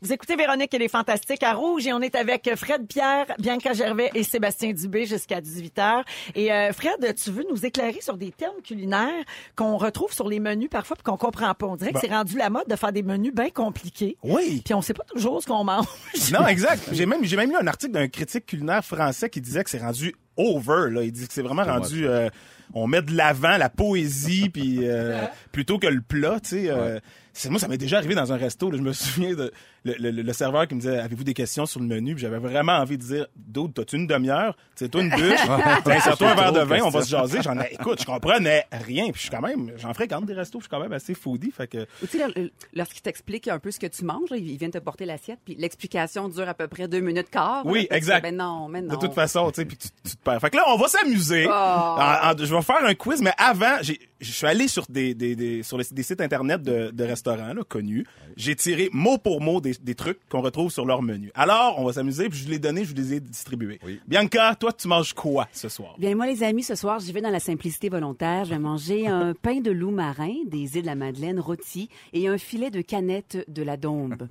S2: Vous écoutez Véronique et les Fantastiques à Rouge et on est avec Fred Pierre, Bianca Gervais et Sébastien Dubé jusqu'à 18h. Et euh, Fred, tu veux nous éclairer sur des termes culinaires qu'on retrouve sur les menus parfois puis qu'on comprend pas. On dirait que c'est rendu la mode de faire des menus bien compliqués.
S5: Bah. Oui.
S2: Puis on sait pas toujours ce qu'on mange.
S5: Non, exact. J'ai même, j'ai même lu un article d'un critique culinaire français qui disait que c'est rendu over. Là. Il dit que c'est vraiment rendu... euh, on met de l'avant la poésie puis euh, plutôt que le plat, tu sais. euh, c'est- moi, ça m'est déjà arrivé dans un resto. là. je me souviens de le, le- le serveur qui me disait Avez-vous des questions sur le menu Puis J'avais vraiment envie de dire D'autres, t'as-tu une demi-heure C'est toi une bûche Insère-toi un verre de vin, on va se jaser. J'en ai- écoute, je comprenais rien. Puis je suis quand même, j'en fréquente des restos, puis je suis quand même assez foodie. Fait que
S4: Ou tu sais, le- le- lorsqu'ils t'expliquent un peu ce que tu manges, là, ils viennent te porter l'assiette, puis l'explication dure à peu près deux minutes quart.
S5: Oui,
S4: Là, puis tu
S5: exact.
S4: fais, Ben non, mais non.
S5: De toute façon, tu sais, puis tu, tu te perds. Fait que là, on va s'amuser.
S4: Oh.
S5: En- en- Je vais faire un quiz, mais avant, j'ai- je suis allé sur des, des, des- sur les- des sites internet de, de restaurants là, connus. J'ai tiré mot pour mot des, des trucs qu'on retrouve sur leur menu. Alors, on va s'amuser, puis je vous les donné, je vous les ai distribués. Bianca, toi, tu manges quoi ce soir?
S4: Bien, moi, les amis, ce soir, j'y vais dans la simplicité volontaire. Je vais manger un pain de loup marin des îles de la Madeleine rôti et un filet de canette de la dombe.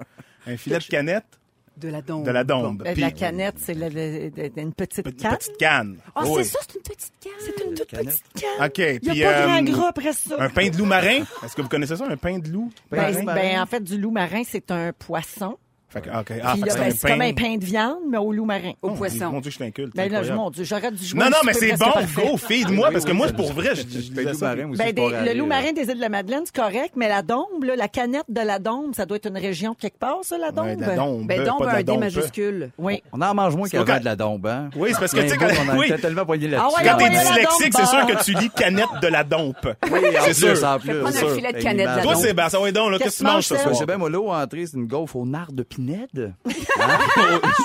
S5: Un filet de canette
S4: De la dombe.
S5: de la dombe.
S2: Euh,
S5: Puis
S2: la canette, c'est la- la- la- une
S5: une
S2: petite canne.
S5: petite canne.
S4: Ah,
S5: Oui.
S4: c'est ça, c'est une petite canne. C'est une
S2: Toute petite canne.
S5: OK.
S2: Il
S5: puis,
S2: n'y a pas
S5: euh,
S2: grand gras après ça.
S5: Un pain de loup marin. Est-ce que vous connaissez ça, un pain de loup?
S2: Ben,
S5: marin?
S2: ben, en fait, du loup marin, c'est un poisson
S5: Fait que, OK. Ah,
S2: Puis
S5: fait que
S2: là,
S5: c'est
S2: ben,
S5: un
S2: c'est
S5: pain. Oh,
S2: comme un pain de viande, mais au loup marin.
S4: Au
S5: Mon Dieu,
S4: poisson.
S5: Mon Dieu, je suis inculte.
S2: Ben là, je-
S5: incroyable.
S2: mon Dieu, j'aurais du
S5: Non, non, mais c'est bon, go, feed-moi,
S3: Oui,
S5: parce que
S3: oui,
S5: moi,
S3: ça-
S5: pour vrai, je, je
S3: c'est
S5: disais
S3: un
S5: ça.
S3: loup-marin aussi,
S2: Ben,
S3: c'est
S2: des-
S3: pas rare,
S5: euh,
S2: le loup
S3: là.
S2: marin des îles de la Madeleine, c'est correct, mais la dombe, là, la canette de la dombe, ça doit être une région de quelque part, ça, la dombe?
S5: Ouais, de la dombe,
S4: Ben, donc,
S5: pas de la hein.
S4: un D
S5: dombe.
S4: majuscule.
S2: Oui.
S3: On en mange moins
S5: pas
S3: qu'avant
S5: quand-
S3: de la dombe, hein?
S5: Oui, c'est parce que, tu sais,
S3: L'imbo,
S5: quand-
S3: on
S5: oui.
S3: était tellement poigné là-dessus.
S2: Ah ouais,
S5: Quand
S2: ouais,
S5: t'es
S2: ouais, la
S5: dyslexique,
S2: dombe,
S5: c'est sûr
S2: bah.
S5: que tu lis canette de la dompe.
S3: en
S5: c'est
S3: plus,
S5: sûr.
S3: en plus,
S4: Fais prendre
S3: c'est
S4: un
S3: sûr.
S4: filet de canette
S3: Avec
S4: de la
S3: l'image.
S5: Toi,
S4: dombe.
S5: c'est Sébastien, ouais, donc, là, qu'est-ce que tu manges ce
S2: Qu'est-ce que
S5: soir?
S2: tu
S3: C'est bien, moi, là, au entrée, c'est une gaufre au nard de Pinède. Hein?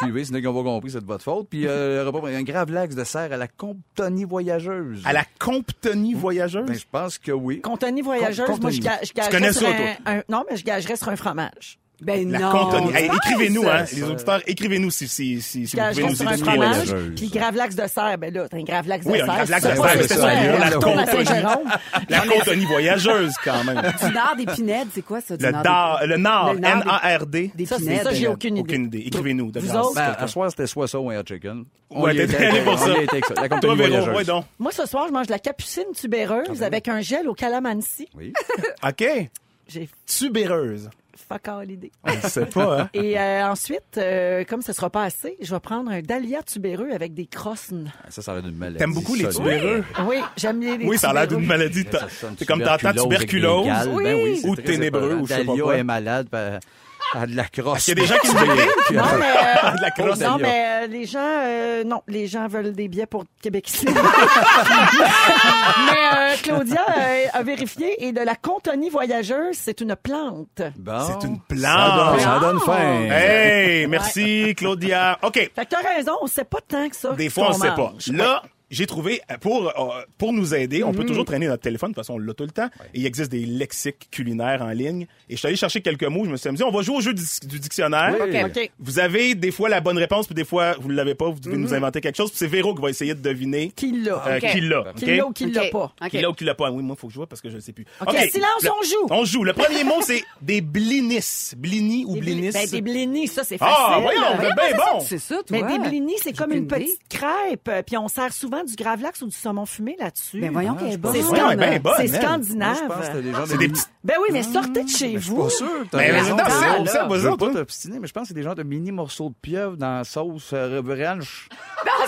S3: Suivez, sinon, qu'on va compris, c'est de votre faute. Puis, euh, le repas, un grave lax de serre à la Comptonie voyageuse.
S5: À la Comptonie voyageuse?
S3: Ben, je pense que oui.
S2: Contenu voyageuse,
S3: Contenu.
S2: moi, je, ga- je gagerais
S5: connais
S2: sur
S5: ça,
S2: un, un- Non, mais je gagerais sur un fromage.
S4: Ben
S5: hein. la
S4: non.
S5: Comptonie. Hey,
S4: tu
S5: écrivez-nous, hein,
S3: ça.
S5: les auditeurs, écrivez-nous si, si, si, si
S2: Je
S5: vous pouvez
S2: gagerais
S5: nous
S2: sur un
S5: éduquer là-dessus.
S2: fromage,
S3: voyageuse.
S2: puis gravlax de serre. Ben là, t'as un gravlax de
S5: Oui,
S2: serre.
S5: un gravlax de
S2: c'est
S5: serre,
S2: pas-
S5: mais
S2: c'est
S5: c'est
S2: pas
S5: ça,
S2: un-
S5: la
S2: la
S5: Comptonie.
S2: Saint-Jérôme.
S5: La Comptonie voyageuse, quand même.
S4: Du nord des Pinèdes, c'est quoi ça? Du
S5: Le,
S4: nord
S5: Nord,
S4: des-
S5: le Nord,
S4: le Nord des-
S5: N-A-R-D.
S4: Des
S2: Ça, c'est-
S4: Pinèdes.
S2: ça, j'ai aucune idée.
S5: ben, Aucune idée. Écrivez-nous. de
S2: Vous
S5: grâce.
S2: autres?
S3: Ben, à soir, c'était soit ça ou un hot chicken. On
S5: Ouais,
S3: y
S5: t'es
S3: était,
S5: allé pour
S3: on
S5: ça.
S3: y était avec ça. La
S5: Toi,
S3: Comptonie
S5: Véro,
S3: voyageuse.
S5: ouais, donc.
S2: Moi, ce soir, je mange de la capucine
S5: Ah ben
S2: tubéreuse avec un gel au calamansi.
S3: Oui.
S5: OK.
S2: J'ai
S5: Tubéreuse.
S2: fuck all idée.
S5: On ne sait pas, hein?
S2: Et euh, ensuite, euh, comme ce sera pas assez, je vais prendre un dahlia tubéreux avec des crosses.
S3: Ça, ça a l'air d'une maladie.
S5: T'aimes beaucoup les
S3: solide.
S5: tubéreux?
S2: Oui, j'aime bien les
S5: Oui, ça a l'air
S2: tubéreux.
S5: d'une maladie.
S3: Ben, Ça sonne
S5: C'est comme t'entends tuberculose.
S3: avec des gales. Ben
S2: Oui.
S3: c'est
S5: Ou
S3: très
S5: ténébreux,
S3: épeurant.
S5: ou je sais pas
S3: Dahlia
S5: quoi.
S3: est malade, puis elle- elle a de la crosse.
S5: Il y a des gens qui nous écrivent.
S3: Puis
S2: Non,
S3: elle-
S2: mais, euh,
S5: De la
S3: Oh,
S5: crosse,
S2: non,
S3: Dahlia.
S2: mais euh, les gens, euh, non, les gens veulent des billets pour Québec ici. mais euh, Claudia euh, a vérifié et de la contonie voyageuse, c'est une plante.
S3: Bon.
S5: C'est une plante.
S3: Ça donne, ça donne faim. euh,
S5: Hey, merci, Claudia. OK.
S2: Fait que t'as raison, on sait pas tant que ça.
S5: Des
S2: ce
S5: fois, on
S2: qu'on
S5: ne sait pas.
S2: mange.
S5: Là, j'ai trouvé, euh, pour, euh, pour nous aider, on
S2: Mm-hmm.
S5: peut toujours traîner notre téléphone, de toute façon, on l'a tout le temps. Et il existe des lexiques culinaires en ligne. Et je suis allé chercher quelques mots, je me suis amusé. On va jouer au jeu du, du dictionnaire.
S3: Oui.
S2: OK.
S5: Vous avez des fois la bonne réponse, puis des fois, vous ne l'avez pas, vous devez
S2: Mm-hmm.
S5: nous inventer quelque chose. Puis c'est Véro qui va essayer de deviner
S2: Qui l'a?
S5: euh,
S4: Ok.
S5: qui l'a.
S2: Qui l'a ou
S5: OK?
S2: qui l'a pas?
S4: OK.
S5: Qui l'a ou qui l'a pas. Oui, moi, il faut que je vois parce que je ne sais plus.
S2: OK, silence,
S5: Le-
S2: on joue.
S5: On joue. Le premier mot, c'est des blinis. Blini ou
S2: Des bl-
S5: blinis.
S2: Ben, des blinis, ça, c'est facile.
S5: ah, voyons,
S4: Voyons,
S5: ben
S4: c'est ça,
S5: bon.
S4: C'est ça, toi.
S2: Mais des blinis, c'est
S4: J'ai
S2: comme une
S4: aucune idée.
S2: petite crêpe. euh, Puis on sert souvent du gravlax ou du saumon fumé là-dessus.
S4: Ben
S5: Ah,
S4: voyons qu'elle est bonne.
S2: C'est
S5: Ouais,
S2: scan-
S5: ben, bonne,
S2: c'est
S5: elle.
S3: Moi, je pense que
S2: scandinave.
S3: les gens
S5: C'est des petites-
S2: Ben oui,
S5: Mmh.
S2: mais sortez de chez
S3: Je suis
S2: vous.
S3: pas sûr. t'as
S5: Mais
S3: raison,
S5: non,
S3: Véro.
S5: c'est
S3: Là,
S5: ça, vas-y,
S3: Je veux
S5: toi.
S3: pas t'obstiner, mais je pense que c'est des genres de mini morceaux de pieuvre dans la sauce euh, ranch.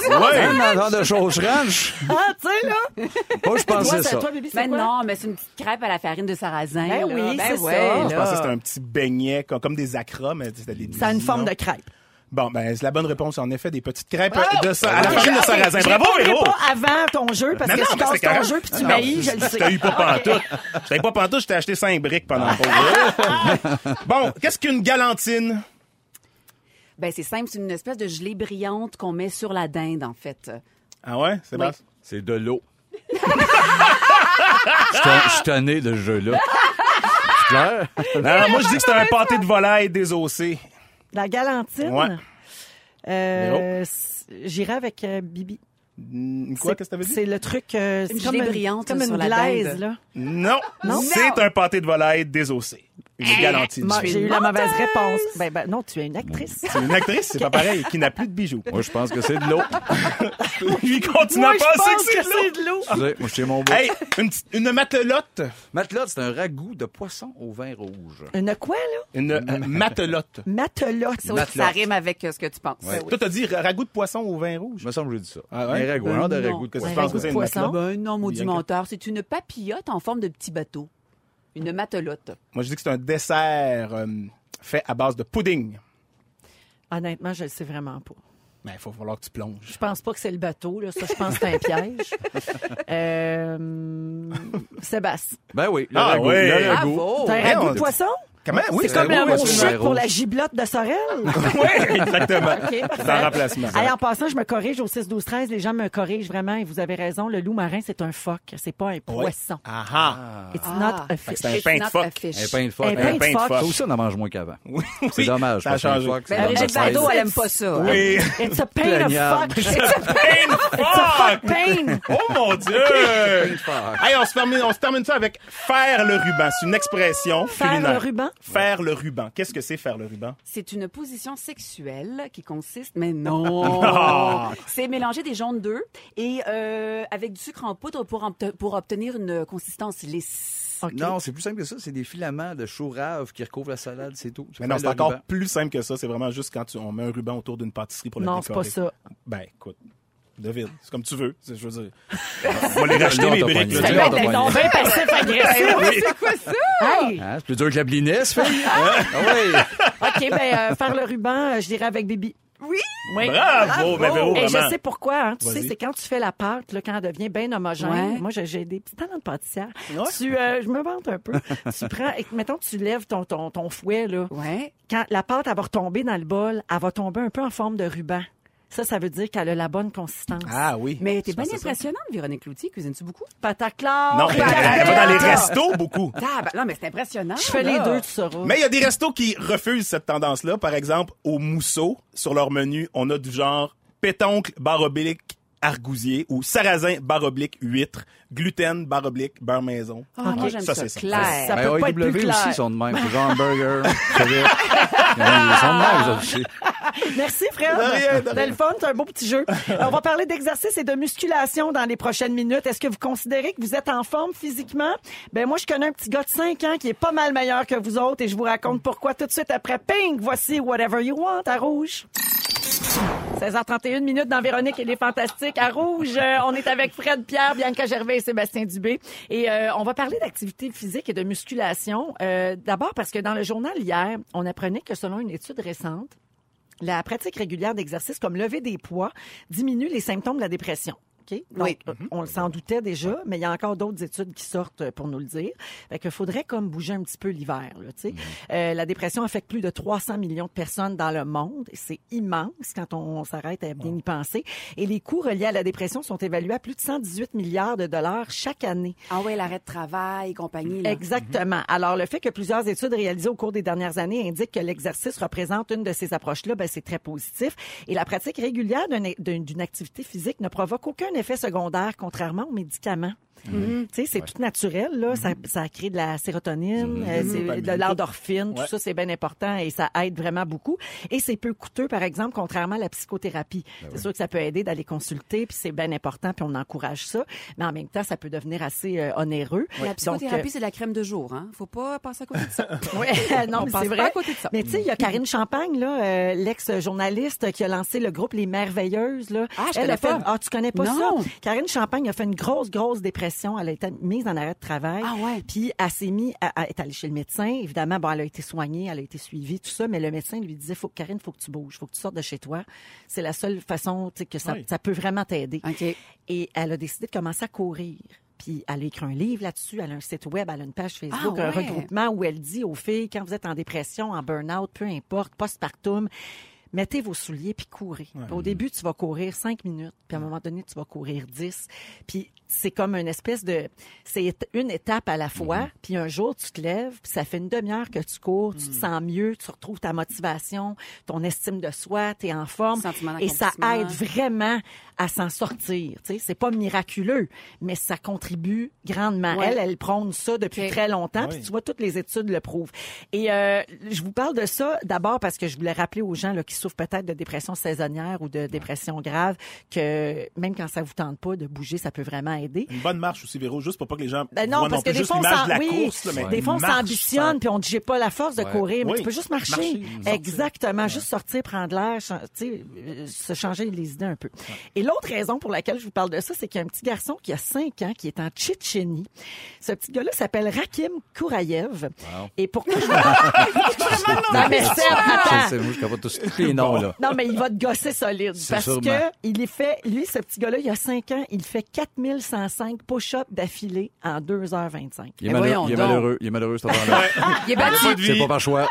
S5: Ouais.
S3: Hein, Dans le genre de sauce ranch.
S2: Ah, tu sais, là.
S3: Moi, je
S2: Toi,
S3: pensais
S2: c'est
S3: ça.
S2: toi, bébé, c'est
S4: Ben
S2: quoi?
S4: non, mais c'est une petite crêpe à la farine de sarrasin.
S2: Ben
S4: là.
S2: oui, c'est
S4: ouais,
S2: ça.
S4: là.
S5: Je pensais que c'était un petit beignet, comme, comme des acras, mais c'était des
S2: Ça a une
S5: blinis,
S2: forme
S5: non?
S2: de crêpe.
S5: Bon, ben, c'est la bonne réponse, en effet, des petites crêpes de sa- à la
S2: Ah! Ok,
S5: farine de
S2: ok,
S5: sarrasin.
S2: je
S5: Bravo,
S2: répondrai
S5: Véro!
S2: pas avant ton jeu, parce
S5: Non,
S2: que
S5: non,
S2: je
S5: mais c'est
S2: casse ton
S5: correct.
S2: jeu, puis tu
S5: Non,
S2: maillis, je le sais. Ah,
S5: T'as eu pas pantoute. Je t'avais pas pantoute, je t'ai acheté 5 briques pendant la pause. Bon, qu'est-ce qu'une galantine?
S4: Ben c'est simple, c'est une espèce de gelée brillante qu'on met sur la dinde, en fait.
S5: Ah ouais, c'est
S4: Oui.
S5: bon.
S3: C'est de l'eau. Je suis- Je suis tanné de ce jeu-là. C'est clair?
S5: Non, non, moi, je dis que c'est un pâté de volaille désossé.
S2: La galantine.
S5: Ouais.
S2: Euh, c'est- J'irai avec euh, Bibi.
S5: Hmm, Quoi,
S2: C'est-
S5: qu'est-ce que t'avais dit?
S2: C'est le truc. euh,
S4: Une
S2: c'est comme
S4: gelée
S2: une-
S4: brillante
S2: Comme
S4: sur
S2: une
S4: la
S2: glaise,
S4: dinde.
S2: là.
S5: Non,
S2: Non.
S5: c'est un pâté de volaille désossé. Une galantine.
S2: Moi, J'ai eu
S5: C'est
S2: la mauvaise réponse. Ben, ben non, tu es une actrice.
S5: une actrice, c'est pas pareil, qui n'a plus de bijoux.
S3: Moi, je pense que c'est de l'eau.
S5: Lui, il continue à
S2: Moi, je
S5: penser que
S2: pense
S5: c'est
S2: que
S5: de l'eau.
S2: c'est de l'eau.
S3: Excusez, Moi, je tiens mon bout.
S5: Hey, une, petite- une matelote.
S3: Matelote, c'est un ragoût de poisson au vin rouge.
S2: Une quoi, là?
S5: Une euh, matelote.
S2: Matelote.
S4: Ça, aussi, ça rime avec euh, ce que tu penses.
S5: Toi, t'as dit ragoût de poisson au vin rouge.
S3: Je me semble que j'ai dit ça.
S5: Ah ouais?
S3: Un ragoût, un genre de
S2: Euh,
S4: non.
S3: ragoût de
S5: Qu'est-ce que
S3: poisson.
S5: tu penses que c'est une
S2: poisson.
S5: matelote?
S4: Ben non, maudit
S5: Bien que-
S4: menteur, c'est une papillote en forme de petit bateau. Une matelote.
S5: Moi, je dis que c'est un dessert euh, fait à base de pudding.
S2: Honnêtement, je le sais vraiment pas.
S5: Mais il faut falloir que tu plonges.
S2: Je pense pas que c'est le bateau, là. Ça, je pense que c'est un piège. Euh, Sébastien.
S3: Ben oui, le
S5: Ah
S3: ragoût.
S5: ouais.
S3: Le ragoût.
S4: Bravo!
S2: T'as un
S5: ouais,
S2: ragoût
S5: Oh, on-
S2: de poisson?
S5: Comment? Oui,
S2: Comme
S3: ragoût,
S2: un mot
S3: moi, c'est une
S2: chic
S3: vin
S2: pour
S3: rouge.
S2: la giblotte de Sorel?
S5: Oui, exactement.
S2: OK,
S5: C'est en remplacement.
S2: Hey, en passant, je me corrige au 6 12 13, les gens me corrigent vraiment et vous avez raison, le loup marin c'est un phoque, c'est pas un poisson.
S5: Ah ah.
S2: It's
S4: Ah.
S2: not a fish.
S5: c'est un
S4: It's
S5: pain de
S4: not
S5: phoque.
S4: a
S2: Ah,
S4: fish.
S3: Un pain de
S2: Un
S3: phoque.
S2: pain
S5: un pain de
S2: de phoque.
S5: phoque.
S3: Ça aussi, on en mange moins qu'avant.
S5: Oui,
S3: C'est
S5: oui.
S3: dommage.
S5: Ça a
S3: parce que
S5: changé.
S3: le phoque, c'est
S4: Ben,
S3: dans
S4: Brigitte
S3: un seize.
S4: Bardot, elle aime pas ça. hein.
S5: Oui.
S2: It's a pain of
S3: Plaignable.
S2: fuck. It's a
S5: Pain de fuck!
S2: pain.
S5: Oh mon Dieu!
S3: fuck.
S5: hey, on se termine, on se termine ça avec faire le ruban. C'est une expression
S2: Faire
S5: culinaire.
S2: le ruban?
S5: Faire le ruban. Qu'est-ce que c'est faire le ruban?
S4: C'est une position sexuelle qui consiste, mais non, c'est mélanger des jaunes d'œufs et euh, avec du sucre en poudre pour, en- pour obtenir une consistance lisse.
S2: OK.
S3: Non, c'est plus simple que ça. C'est des filaments de chou rave qui recouvrent la salade, c'est tout. Tu
S5: Mais non,
S3: fais
S5: c'est
S3: le
S5: encore
S3: ruban.
S5: plus simple que ça. C'est vraiment juste quand tu- on met un ruban autour d'une pâtisserie pour la
S2: Non, c'est
S5: décorer.
S2: pas ça.
S5: Ben, écoute, David, c'est comme tu veux. C'est- Je veux dire, on va les racheter,
S3: Là,
S5: mes
S3: t'as
S5: briques.
S3: pogné.
S5: là, tu
S3: Là,
S5: vois.
S3: t'as pogné.
S2: bien
S4: hein,
S2: passif-agressif.
S4: C'est quoi ça?
S2: Hey,
S3: Hein, c'est plus dur que la blinesse, fille. Ah oui.
S2: OK, ben euh, faire le ruban, euh, je dirais avec Bibi.
S4: Oui!
S2: Oui.
S5: Bravo, mais Véro,
S2: Et je
S5: vraiment.
S2: sais pourquoi. Hein. Tu
S5: Vas-y.
S2: sais, c'est quand tu fais la pâte, là, quand elle devient bien homogène.
S4: Ouais.
S2: Moi, j'ai- j'ai des petits talents de pâtissière.
S5: Ouais.
S2: Tu, euh, je me vante un peu. tu prends, et- mettons, tu lèves ton, ton, ton fouet, là.
S4: Ouais.
S2: Quand la pâte, elle va retomber dans le bol, elle va tomber un peu en forme de ruban. Ça, ça veut dire qu'elle a la bonne consistance.
S5: Ah oui.
S4: Mais t'es
S5: Je pensais
S4: bien
S5: ça.
S4: impressionnante, Véronique Loutier. Cuisines-tu beaucoup?
S2: Pataclard!
S5: Non, mais elle elle va dans les restos beaucoup.
S4: Tab- non, mais c'est impressionnant.
S2: Je fais les deux, tu sauras.
S5: Mais il y a des restos qui refusent cette tendance-là. Par exemple, au Mousseau, sur leur menu, on a du genre pétoncle, barre oblique, argousier ou sarrasin, barre oblique, huître, gluten, barre oblique, beurre maison.
S4: Ah, moi,
S2: Ok.
S4: j'aime
S5: Ça,
S4: ça.
S5: c'est ça.
S4: Clair.
S2: Ça
S3: Mais
S2: peut pas être
S3: OIW
S2: plus clair.
S3: aussi sont de même. C'est genre hamburger. c'est vrai. Ils sont de même, ça aussi.
S2: Merci, Fred.
S5: De rien, de
S2: C'était le fun, c'est un beau petit jeu. On va parler d'exercice et de musculation dans les prochaines minutes. Est-ce que vous considérez que vous êtes en forme physiquement? Ben moi, je connais un petit gars de 5 ans qui est pas mal meilleur que vous autres et je vous raconte pourquoi tout de suite après Pink. Voici Whatever You Want à Rouge. 16h31 minutes dans Véronique et les Fantastiques à Rouge. Euh, on est avec Fred Pierre, Bianca Gervais et Sébastien Dubé. Et euh, on va parler d'activité physique et de musculation. Euh, D'abord parce que dans le journal hier, on apprenait que selon une étude récente, la pratique régulière d'exercice comme lever des poids diminue les symptômes de la dépression. OK? Donc,
S4: Oui.
S2: euh, on le s'en doutait déjà, mais il y a encore d'autres études qui sortent euh, pour nous le dire. Fait que faudrait comme bouger un petit peu l'hiver. là, tu sais. Euh, la dépression affecte plus de 300 millions de personnes dans le monde. Et C'est immense quand on, on s'arrête à bien y penser. Et les coûts reliés à la dépression sont évalués à plus de 118 milliards de dollars chaque année.
S4: Ah ouais, l'arrêt de travail et compagnie. Là.
S2: Exactement. Alors, le fait que plusieurs études réalisées au cours des dernières années indiquent que l'exercice représente une de ces approches-là, ben, c'est très positif. Et la pratique régulière d'un- d'un- d'une activité physique ne provoque aucun effet secondaire, contrairement aux médicaments. Tu sais, c'est tout naturel, là. Ça, ça crée de la sérotonine, euh, c'est de l'endorphine, tout ça, c'est bien important et ça aide vraiment beaucoup. Et c'est peu coûteux, par exemple, contrairement à la psychothérapie. c'est sûr que ça peut aider d'aller consulter, puis c'est bien important, puis on encourage ça. Mais en même temps, ça peut devenir assez euh, onéreux.
S4: La
S2: Donc,
S4: psychothérapie,
S2: euh,
S4: c'est de la crème de jour. Hein? Faut pas passer à côté de ça.
S2: oui, non,
S4: On
S2: mais
S4: passe
S2: c'est
S4: pas
S2: vrai.
S4: à côté de ça. Mm-hmm.
S2: Mais tu sais, il y a Karine Champagne, là, euh, l'ex-journaliste qui a lancé le groupe Les Merveilleuses. Là.
S4: Ah, je
S2: Elle a
S4: connais
S2: fait-
S4: pas.
S2: Ah, tu connais pas
S4: Non.
S2: ça? Karine Champagne a fait une grosse, grosse dépression. Elle a été mise en arrêt de travail.
S4: Ah ouais.
S2: Puis elle s'est mise, à, à- est allée chez le médecin. Évidemment, bon, elle a été soignée, elle a été suivie, tout ça. Mais le médecin lui disait, faut, Karine, faut que tu bouges, faut que tu sortes de chez toi. C'est la seule façon tu sais, que ça,
S5: Oui.
S2: ça peut vraiment t'aider.
S4: OK.
S2: Et elle a décidé de commencer à courir. Puis elle a écrit un livre là-dessus, elle a un site web, elle a une page Facebook,
S4: Ah ouais.
S2: un regroupement où elle dit aux filles, quand vous êtes en dépression, en burn-out, peu importe, postpartum, mettez vos souliers puis courez. Au début, tu vas courir cinq minutes, puis à un moment donné, tu vas courir 10. Puis c'est comme une espèce de... C'est éta- une étape à la fois, puis un jour, tu te lèves, puis ça fait une demi-heure que tu cours, tu te sens mieux, tu retrouves ta motivation, ton estime de soi, tu es en forme.
S4: Sentiment
S2: Et ça aide
S4: d'accomplissement.
S2: vraiment à s'en sortir. Tu sais, c'est pas miraculeux, mais ça contribue grandement.
S4: Ouais.
S2: Elle, elle prône ça depuis
S4: Ok.
S2: très longtemps.
S5: Oui.
S2: Puis tu vois, toutes les études le prouvent. Et euh, je vous parle de ça d'abord parce que je voulais rappeler aux gens là, qui souffrent peut-être de dépression saisonnière ou de dépression grave que même quand ça vous tente pas de bouger, ça peut vraiment aider.
S5: Une bonne marche aussi, Véro, juste pour pas que les gens
S2: Ben non,
S5: voient
S2: parce que des
S5: plus juste
S2: fois, on
S5: l'image
S2: s'en-
S5: de la
S2: oui,
S5: course. là, mais
S2: Des
S5: une
S2: fois, on
S5: marche,
S2: s'ambitionne, puis on dit, j'ai pas la force de
S3: Ouais.
S2: courir, mais
S5: Oui.
S2: tu peux juste marcher.
S5: Marcher, sortir.
S2: Exactement, juste sortir, prendre l'air, chan- tu sais, euh, se changer les idées un peu. Et l'autre raison pour laquelle je vous parle de ça, c'est qu'il y a un petit garçon qui a 5 ans, qui est en Tchétchénie. Ce petit gars-là s'appelle Rakim Kourayev. Et pourquoi je vous Ah Non, mais Seb,
S3: Je
S2: attends.
S3: sais, moi, je capote tous tous les noms, là.
S2: Non, mais il va te gosser solide.
S3: C'est
S2: Parce
S3: sûrement.
S2: que il est fait, lui, ce petit gars-là, il a 5 ans, il fait 4105 push-ups d'affilée en 2h25.
S3: Il est,
S4: Mais
S3: malheureux,
S4: voyons
S3: il est
S4: donc.
S3: malheureux, il est malheureux, cet enfant-là.
S4: Il est battu.
S5: Pas de
S3: C'est
S5: vie.
S3: pas par choix.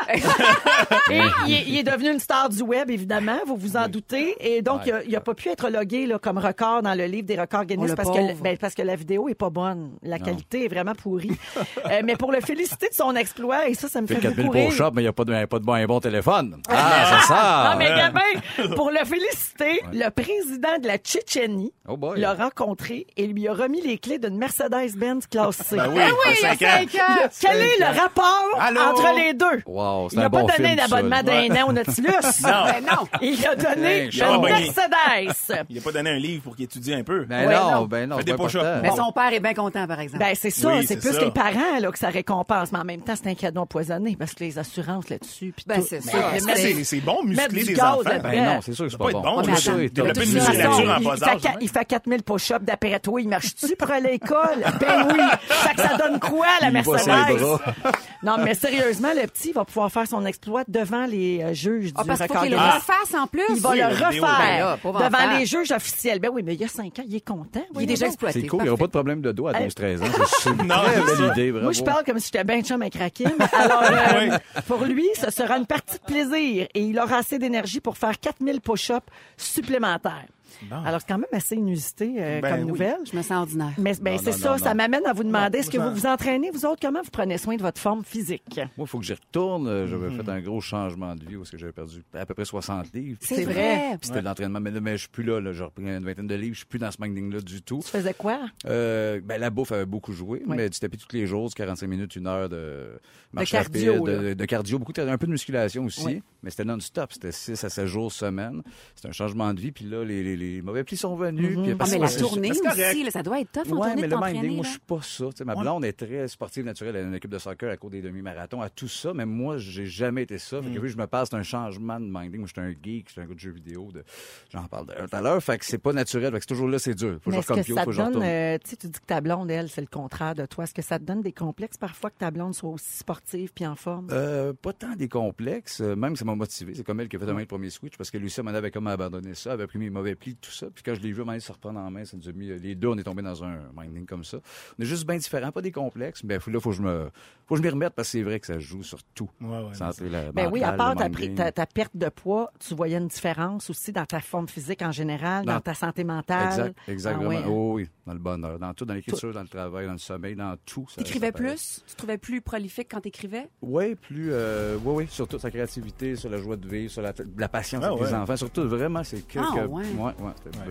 S2: Et il est, il est devenu une star du web, évidemment, vous vous en doutez. Et donc, il a- il n'a pas pu être logué là, comme record dans le livre des records
S4: Oh,
S2: Guinness
S4: le
S2: parce que, le-
S4: pauvre.
S2: ben, parce que la vidéo est pas bonne. La qualité est vraiment pourrie. Euh, mais pour le féliciter de son exploit, et ça, ça me
S3: Il fait
S2: fait
S3: 4000
S2: beaucoup
S3: pour
S2: rire.
S3: shop, mais il n'y a pas de, pas de bon, un bon téléphone. Ah, c'est ça. Ah,
S2: Ah, mais Gabin, pour le féliciter, le président de la Tchétchénie
S3: Oh boy.
S2: l'a rencontré et lui a remis les clés d'une Mercedes-Benz classe C.
S5: Ben oui,
S4: oui, il y a
S5: cinq ans.
S4: cinq ans.
S2: Quel est le rapport
S5: Allô?
S2: entre les deux?
S3: Wow, c'est
S2: Il
S3: un
S2: n'a
S3: bon
S2: pas donné
S3: film, ça,
S2: d'abonnement
S3: là.
S2: d'un an au Nautilus.
S4: Ben non.
S2: Il a donné
S3: Hey,
S2: une
S5: Charles Bonnier.
S2: Mercedes.
S5: Il a pas donné un livre pour qu'il étudie un peu.
S3: Ben
S2: Ouais,
S3: non,
S2: non.
S3: ben non,
S5: Fais
S3: c'est
S5: des
S3: pas
S5: push-ups.
S3: important.
S4: Mais
S5: Bon.
S4: son père est bien content, par exemple.
S2: Ben, c'est ça,
S5: Oui,
S2: c'est
S5: c'est
S2: plus
S5: ça.
S2: les parents là, que ça récompense, mais en même temps, c'est un cadeau empoisonné parce que les assurances là-dessus. puis
S4: Ben,
S2: tout.
S4: c'est
S2: Mais
S4: ça.
S5: Ah,
S2: le
S5: ça,
S2: mettre-
S5: c'est c'est bon,
S2: mettre
S5: muscler
S2: du
S5: les
S2: gaz
S5: enfants.
S2: là-dedans.
S5: Ben,
S3: Ben non, c'est sûr que c'est
S5: Ça
S3: pas
S5: peut être bon,
S3: bon.
S5: mais
S3: Tout
S4: attends,
S3: ça est
S4: de toute
S5: développer une
S4: façon,
S5: musculature en
S2: il,
S5: bas
S2: fait
S5: âge. hein.
S2: qua- il fait 4000 push-ups d'après toi. Il marche-tu pour aller à l'école? Ben oui! Fait que ça donne quoi, la
S3: Il bat ses
S2: Mercedes?
S3: bras.
S2: Non, mais sérieusement, le petit va pouvoir faire son exploit devant les euh, juges
S4: Ah,
S2: du
S4: parce qu'il faut
S2: record
S4: qu'il le
S2: Guinness.
S4: refasse en plus.
S2: Il va
S5: Oui,
S2: le
S5: la vidéo, ben
S2: refaire
S4: là, pauvre enfant.
S2: devant les juges officiels. Ben oui, mais il y a 5 ans, il est content.
S4: Il est déjà
S2: Voyons donc.
S4: exploité.
S3: C'est cool, il n'y aura pas de problème de dos à 12-13 ans. C'est- C'est une
S5: Non,
S3: très
S5: c'est
S3: belle
S5: ça.
S3: idée, bravo.
S2: Moi, je parle comme si j'étais ben chum avec Rakim. Alors, euh, pour lui, ce sera une partie de plaisir et il aura assez d'énergie pour faire 4000 push-ups supplémentaires. Alors, c'est quand même assez inusité euh,
S5: Ben
S2: comme
S5: oui.
S2: nouvelle.
S4: Je me sens ordinaire.
S2: Mais ben,
S3: Non,
S2: c'est
S3: non,
S2: ça,
S3: non,
S2: ça
S3: non.
S2: m'amène à vous demander, est-ce que
S5: moi,
S2: vous vous entraînez, vous autres, comment vous prenez soin de votre forme physique?
S3: Moi, il faut que j'y retourne. Euh, J'avais
S2: Mm-hmm.
S3: fait un gros changement de vie parce que j'avais perdu à peu près 60 livres.
S4: C'est
S3: Puis
S4: vrai.
S3: Puis C'était de l'entraînement, mais, mais je suis plus là, là. J'ai repris une vingtaine de livres, je suis plus dans ce magning-là du tout.
S2: Tu faisais quoi?
S3: Euh, ben, la bouffe avait beaucoup joué,
S2: Oui.
S3: mais du tapis tous les jours, du 45 minutes, une heure de marche
S2: cardio,
S3: rapide,
S2: là.
S3: de, de cardio, beaucoup, de- un peu de musculation aussi,
S2: Oui.
S3: mais c'était non-stop, c'était 6 à 7 jours semaine. C'était un changement de vie, puis là, les, les- les mauvais plis sont
S2: Mm-hmm.
S3: venus. puis
S4: Ah,
S3: parce
S4: mais
S3: que-
S4: la
S3: parce que-
S4: tournée
S3: parce que-
S4: aussi, là, ça doit être tough en
S3: Ouais,
S4: tournée
S3: mais
S4: de
S3: le minding,
S4: t'entraîner.
S3: moi,
S4: là.
S3: je suis pas ça. Tu sais, ma blonde est très sportive naturelle. Elle a une équipe de soccer à cours des demi-marathons, à tout ça. Mais moi, j'ai jamais été ça. Fait que
S2: Mm.
S3: vu que je me passe d'un changement de minding, moi, je suis un geek, je suis un gars de jeux vidéo. De... J'en parle de- tout à l'heure. Fait que c'est pas naturel. Fait que c'est toujours là, c'est dur. Faut
S2: Mais
S3: que je
S2: est-ce que
S3: recompute,
S2: ça
S3: faut que
S2: te
S3: je
S2: donne,
S3: retourne.
S2: euh, tu sais, tu dis que ta blonde, elle, c'est le contraire de toi. Est-ce que ça te donne des complexes parfois que ta blonde soit aussi sportive puis en forme?
S3: Euh, pas tant des complexes, euh, même ça m'a motivé. C'est comme elle qui a fait un le premier switch parce que Lucie, elle m'en avait comme abandonné ça, elle avait pris mes mauvais plis, tout ça. Puis quand je l'ai vu, elle se reprendre en main, ça nous a mis, euh, les deux, on est tombés dans un minding comme ça. On est juste bien différents, pas des complexes, mais faut- là, faut que je me, faut que je m'y remette parce que c'est vrai que ça joue sur tout.
S5: Ouais, ouais,
S3: Santé, la
S2: Ben oui, à
S3: mentale,
S2: part
S3: le
S2: ta,
S3: minding.
S2: pri- ta- ta perte de poids, tu voyais une différence aussi dans ta forme physique en général, dans,
S3: Dans-
S2: ta santé mentale.
S3: Exact, exactement.
S2: Ah ouais, hein.
S3: Oh oui, dans le bonheur, dans tout, dans l'écriture, dans le travail, dans le sommeil, dans tout. ça-
S4: T'écrivais
S3: ça paraît.
S4: plus? Tu te trouvais plus prolifique quand t'écrivais?
S3: Oui, plus, euh, oui, oui, surtout sa créativité, sur la joie de vivre, sur la, la patience
S5: Ah
S3: avec les
S5: ouais.
S3: enfants, surtout vraiment, c'est que.
S4: Ah
S3: que-
S4: ouais.
S3: ouais, ouais, c'était bien.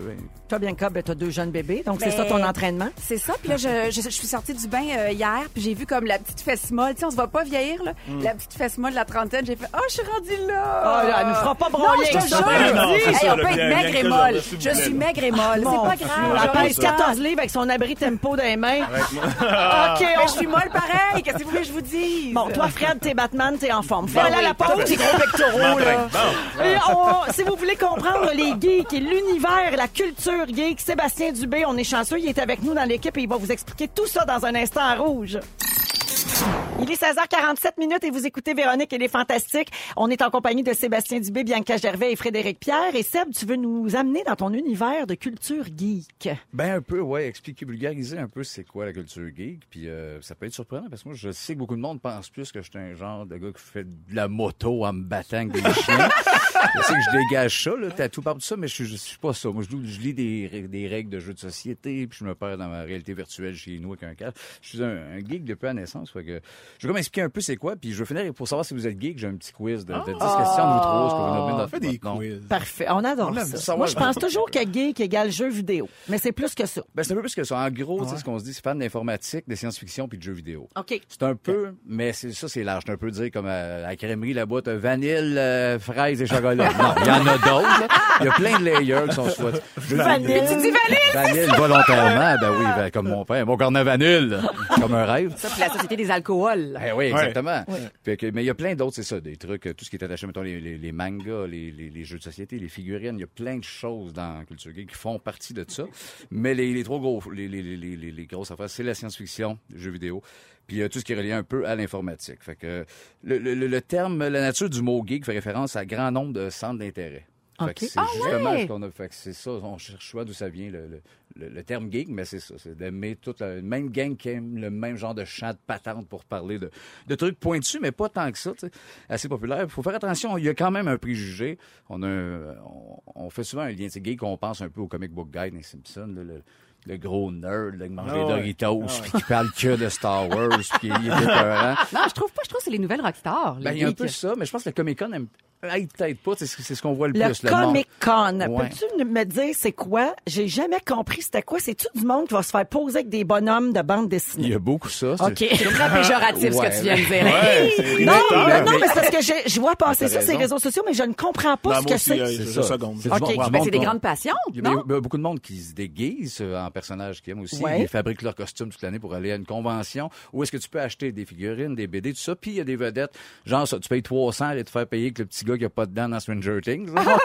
S2: Toi, bien ben, tu as deux jeunes bébés, donc c'est
S4: Ben,
S2: ça ton entraînement?
S4: C'est ça. Puis là, je, je- je suis sortie du bain euh, hier, puis j'ai vu comme la petite fesse molle. Tu sais, on se va pas vieillir, là. La petite fesse molle de la trentaine. J'ai fait, oh, je suis rendue là.
S2: Oh, là, elle nous fera pas broyer.
S4: Non, je te
S2: Ça,
S4: jure.
S5: c'est non, c'est
S4: Hey,
S5: ça,
S4: on
S5: le
S4: peut
S5: bien-
S4: être maigre
S5: bien
S4: et
S5: que
S4: molle.
S5: je- s'il vous
S4: Je
S5: plaît,
S4: suis
S5: là.
S4: maigre et molle. C'est
S2: Mon
S4: pas
S2: Dieu,
S4: grave.
S2: Elle
S4: j'aurai
S2: pèse
S4: le temps.
S2: 14 livres avec son abri tempo dans les mains. OK,
S4: Mais
S2: on
S4: je suis molle pareil. Qu'est-ce que vous voulez que je vous dise?
S2: Bon, toi, Fred, t'es Batman, t'es en forme. Fais aller à
S4: oui,
S2: la pause, tes gros pectoraux, là.
S5: Ben,
S2: Et on- si vous voulez comprendre les geeks et l'univers, et la culture geek, Sébastien Dubé, on est chanceux, il est avec nous dans l'équipe et il va vous expliquer tout ça dans un instant en rouge. Il est 16h47 minutes et vous écoutez Véronique et les Fantastiques. On est en compagnie de Sébastien Dubé, Bianca Gervais et Frédéric Pierre. Et Seb, tu veux nous amener dans ton univers de culture geek.
S3: Ben un peu, ouais, expliquer, vulgariser un peu c'est quoi la culture geek, puis euh, ça peut être surprenant parce que moi je sais que beaucoup de monde pense plus que je suis un genre de gars qui fait de la moto en me battant avec des chiens. je sais que je dégage ça, là, t'as tout par de ça, mais je suis, je suis pas ça. Moi je, lis- je lis des, rè- des règles de jeux de société, puis je me perds dans ma réalité virtuelle chez nous avec un casque. Je suis un, un geek depuis la naissance, fait que je vais comme expliquer un peu c'est quoi, puis je vais finir et pour savoir si vous êtes geek, j'ai un petit quiz de, de 10 questions de vous trois, ce que vous nommez dans
S5: Ah! On fait des
S3: votre nom.
S5: quiz.
S2: Parfait. On adore
S5: On aime
S2: ça.
S3: ça,
S2: Moi,
S3: ouais.
S2: je pense toujours que geek égale jeu vidéo. Mais c'est plus que ça.
S3: Ben, c'est un peu plus que ça. En gros, tu sais, ce qu'on se dit, c'est fan d'informatique, de science-fiction puis de jeux vidéo.
S2: OK.
S3: C'est un peu, mais c'est ça, c'est large. C'est un peu dire comme euh, à la crèmerie, la boîte euh, vanille, euh, fraise et chocolat. Non, il y en a d'autres. là. Il y a plein de layers qui sont soit.
S2: Vanille. Tu dis
S3: Vanille volontairement, ben oui, ben, comme mon père. Mon cornet vanille, comme un rêve.
S4: Ça, puis la société des alcools.
S3: Eh oui, exactement. Fait que- mais il y a plein d'autres, c'est ça, des trucs, euh, tout ce qui est attaché, mettons, les, les- les mangas, les, les- les jeux de société, les figurines, il y a plein de choses dans la culture geek qui font partie de ça. Mais les, les trois gros, les, les- les- les- les- les grosses affaires, c'est la science-fiction, les jeux vidéo, puis euh, tout ce qui est relié un peu à l'informatique. Fait que euh, le, le- le- le terme, la nature du mot geek fait référence à grand nombre de centres d'intérêt. Fait
S2: Ok.
S3: que c'est
S4: Ah
S3: justement
S4: ouais!
S3: ce qu'on a fait. que C'est ça, on cherche pas d'où ça vient, le, le- le- le terme geek, mais c'est ça. C'est d'aimer toute la même gang qui aime le même genre de chant de patente pour parler de, de trucs pointus, mais pas tant que ça, tu sais. assez populaire. Il faut faire attention, il y a quand même un préjugé. On, a un- on, on fait souvent un lien, tu sais, geek, on pense un peu au comic book guy des Simpson, le, le- le gros nerd là, qui mange
S5: Ah
S3: des
S5: ouais.
S3: Doritos, puis qui parle que de Star Wars, puis il est épeurant.
S4: Non, je trouve pas. Je trouve que c'est les nouvelles rockstars. les
S3: Ben, il y a un
S4: geeks.
S3: peu ça, mais je pense que le Comic Con aime Hey, peut-être pas, c'est ce c'est ce qu'on voit le,
S2: Le
S3: plus. le monde.
S2: Comic Con.
S3: Ouais.
S2: Peux-tu me dire c'est quoi? J'ai jamais compris c'était quoi. C'est-tu du monde qui va se faire poser avec des bonhommes de bande
S3: Il
S2: dessinée?
S3: y a beaucoup ça. c'est-
S2: OK.
S4: C'est très péjoratif ce que
S3: Ouais.
S4: tu viens de dire.
S5: Ouais, c'est
S2: Non,
S5: irritant.
S2: non, non, mais c'est parce que j'ai- je vois passer
S3: Ah,
S2: ça
S3: t'as
S2: sur les
S3: raison.
S2: réseaux sociaux, mais je ne comprends pas
S5: Non,
S2: ce
S5: moi
S2: que
S5: aussi,
S2: c'est.
S5: euh,
S3: C'est
S5: je
S3: ça.
S5: seconde.
S3: C'est du
S2: Ok,
S3: monde-
S2: ben,
S3: monde
S4: c'est des
S3: qu'on-
S4: grandes passions,
S3: Il y a
S4: non?
S3: bien- beaucoup de monde qui se déguise euh, en personnages qu'ils aiment aussi.
S2: Ouais.
S3: Ils fabriquent leur costume toute l'année pour aller à une convention. Où est-ce que tu peux acheter des figurines, des BD, tout ça. Puis il y a des vedettes. Genre, ça, tu payes 300 aller te faire payer avec le petit gars qui a pas de dents dans Stranger Things. là.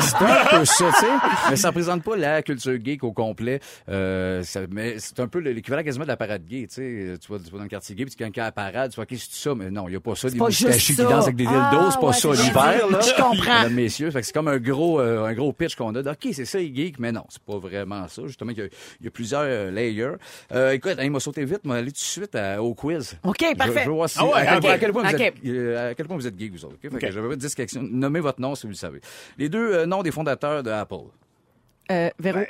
S3: C'est un peu ça, tu sais. Mais ça représente pas la culture geek au complet. Euh, ça- mais c'est un peu le- l'équivalent quasiment de la parade gay, tu sais. Tu vas, tu vas dans le quartier gay, puis tu gagnes à la parade, tu vois, qu'est-ce que c'est ça? Mais non, il y a pas ça. Des
S2: pas juste
S3: moustachus qui
S2: ça.
S3: dansent avec des dildos,
S4: Ah,
S3: c'est pas
S4: ouais,
S3: ça
S4: c'est
S3: l'hiver, là.
S2: Je comprends.
S3: Mesdames, messieurs. Fait que c'est comme un gros, euh, un gros pitch qu'on a. de, OK, c'est ça, les geeks, mais non, c'est pas vraiment ça. Justement, il y a, il y a plusieurs euh, layers. Euh, écoute, hein, il m'a sauté vite, mais aller tout de suite à- au quiz.
S2: OK,
S3: Je-
S2: parfait.
S3: Je, vois si-
S5: Ah ouais,
S3: à, quel,
S5: ok,
S3: point- à quel point vous
S4: ok.
S3: êtes, euh, à quel point vous êtes geeks, vous autres. OK? Fait
S5: Ok.
S3: que j'avais 10 questions. Nommez votre nom si vous le savez. Les deux euh, noms des fondateurs de Apple.
S2: Euh, Véro,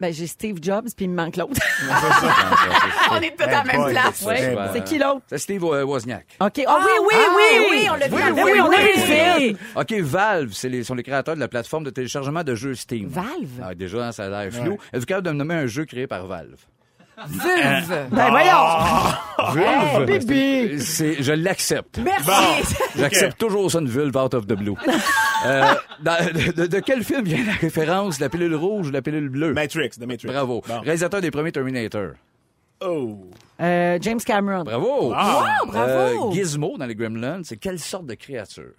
S2: ben, j'ai Steve Jobs, puis il me manque l'autre.
S4: Ah, On est tous à la
S5: Eh
S4: même
S5: boy,
S4: place.
S5: c'est
S4: ouais.
S5: ça.
S2: C'est qui l'autre?
S3: C'est Steve euh, Wozniak.
S2: OK. Ah, oui, oui,
S4: ah,
S2: oui,
S4: oui, on l'a vu,
S2: Ben
S4: oui,
S2: oui, on a
S4: oui.
S2: vu le film.
S3: OK, Valve, c'est les, sont les créateurs de la plateforme de téléchargement de jeux Steam.
S4: Valve?
S3: Ah, déjà, hein, ça a l'air flou. Êtes-vous capable de me nommer un jeu créé par Valve?
S4: Vulve.
S3: Ah.
S2: Ben voyons.
S4: Ah,
S3: Vulve. bébé! Je l'accepte.
S4: Merci.
S3: J'accepte toujours ça, une vulve out of the blue. Euh, dans- de, de quel film vient la référence? La pilule rouge ou la pilule bleue?
S5: Matrix, The Matrix.
S3: Bravo.
S5: Bon.
S3: Réalisateur des premiers Terminator.
S5: Oh.
S2: Euh, James Cameron.
S3: Bravo!
S5: Ah.
S4: Wow, bravo.
S3: Euh, Gizmo dans les Gremlins, c'est quelle sorte de créature?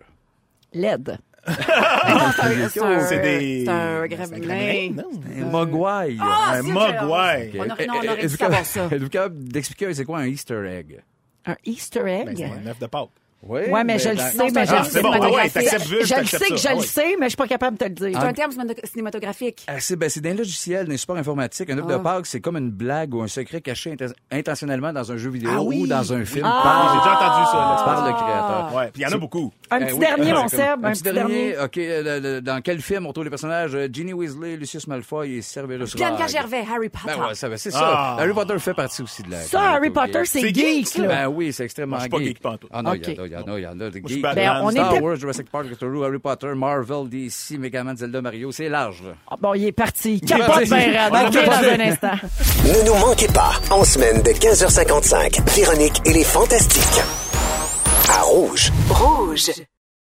S2: LED.
S4: C'est un,
S5: C'est des-
S4: c'est un
S5: Hey,
S4: gremlin.
S5: non.
S3: Un mogwai.
S4: Ah, c'est
S5: Un mogwai.
S4: Euh, On aurait-
S3: Eh,
S4: non, on
S3: eh,
S4: aurait dû savoir
S3: êtes-vous capable-
S4: ça.
S3: Êtes-vous capable d'expliquer c'est quoi un Easter egg?
S2: Un Easter
S5: Ben,
S2: egg.
S5: c'est un œuf de Pâques.
S3: Oui,
S2: Ouais, mais je le
S3: dans-
S2: sais, mais je
S4: Ah,
S2: le
S4: c'est
S2: sais.
S4: bon,
S2: mais
S4: ah ouais,
S2: je le sais.
S5: t'acceptes Vulve,
S2: Je le
S5: t'acceptes
S2: sais que
S5: ça,
S2: je
S5: ah
S2: le
S5: ouais.
S2: sais, mais je suis pas capable de te le dire.
S4: C'est un terme cinémato- cinématographique.
S3: Ah, c'est, ben, c'est d'un logiciel, d'un support informatique. Un œuvre
S2: Ah.
S3: de Pâques, c'est comme une blague ou un secret caché inten- intentionnellement dans un jeu vidéo
S5: Ah oui.
S3: ou dans un film
S5: J'ai
S3: par,
S5: déjà entendu ça. là.
S3: par le créateur.
S5: Ouais, puis il y en a beaucoup.
S2: Un
S3: Eh
S2: Ah! petit
S3: oui.
S2: dernier, mon
S3: C'est
S2: Seb.
S3: comme-
S2: Un petit dernier.
S3: OK, euh, le- le- dans quel film on trouve les personnages euh, Ginny Weasley, Lucius Malfoy et Cerberus
S4: Bianca
S3: Rogue?
S4: Gervais, Harry Potter.
S3: Ben ouais, ça, va, c'est
S5: Ah.
S3: ça. Harry Potter fait partie aussi de la...
S2: Ça, Harry Potter, c'est
S5: C'est geek,
S2: geek, là.
S3: Ben oui, c'est extrêmement
S5: Moi, je suis pas geek, pas en tout.
S3: Ah non, il
S2: OK.
S3: y en a, il y en a, il y en a. des
S5: Moi, je suis
S3: geeks.
S5: pas
S2: Ben,
S5: Batman,
S2: on
S5: Star
S2: était-
S3: Star Wars, Jurassic Park, Doctor Who, Harry Potter, Marvel, DC, Megaman, Zelda, Mario, c'est large. là.
S2: Ah, Bon, il est parti. Capote
S3: parti.
S2: bien raide.
S3: On
S2: OK,
S3: l'a
S2: dans
S3: perdu.
S2: un instant.
S1: Ne nous manquez pas, en semaine de 15h55, Véronique et les Fantastiques. À Rouge.
S6: Rouge.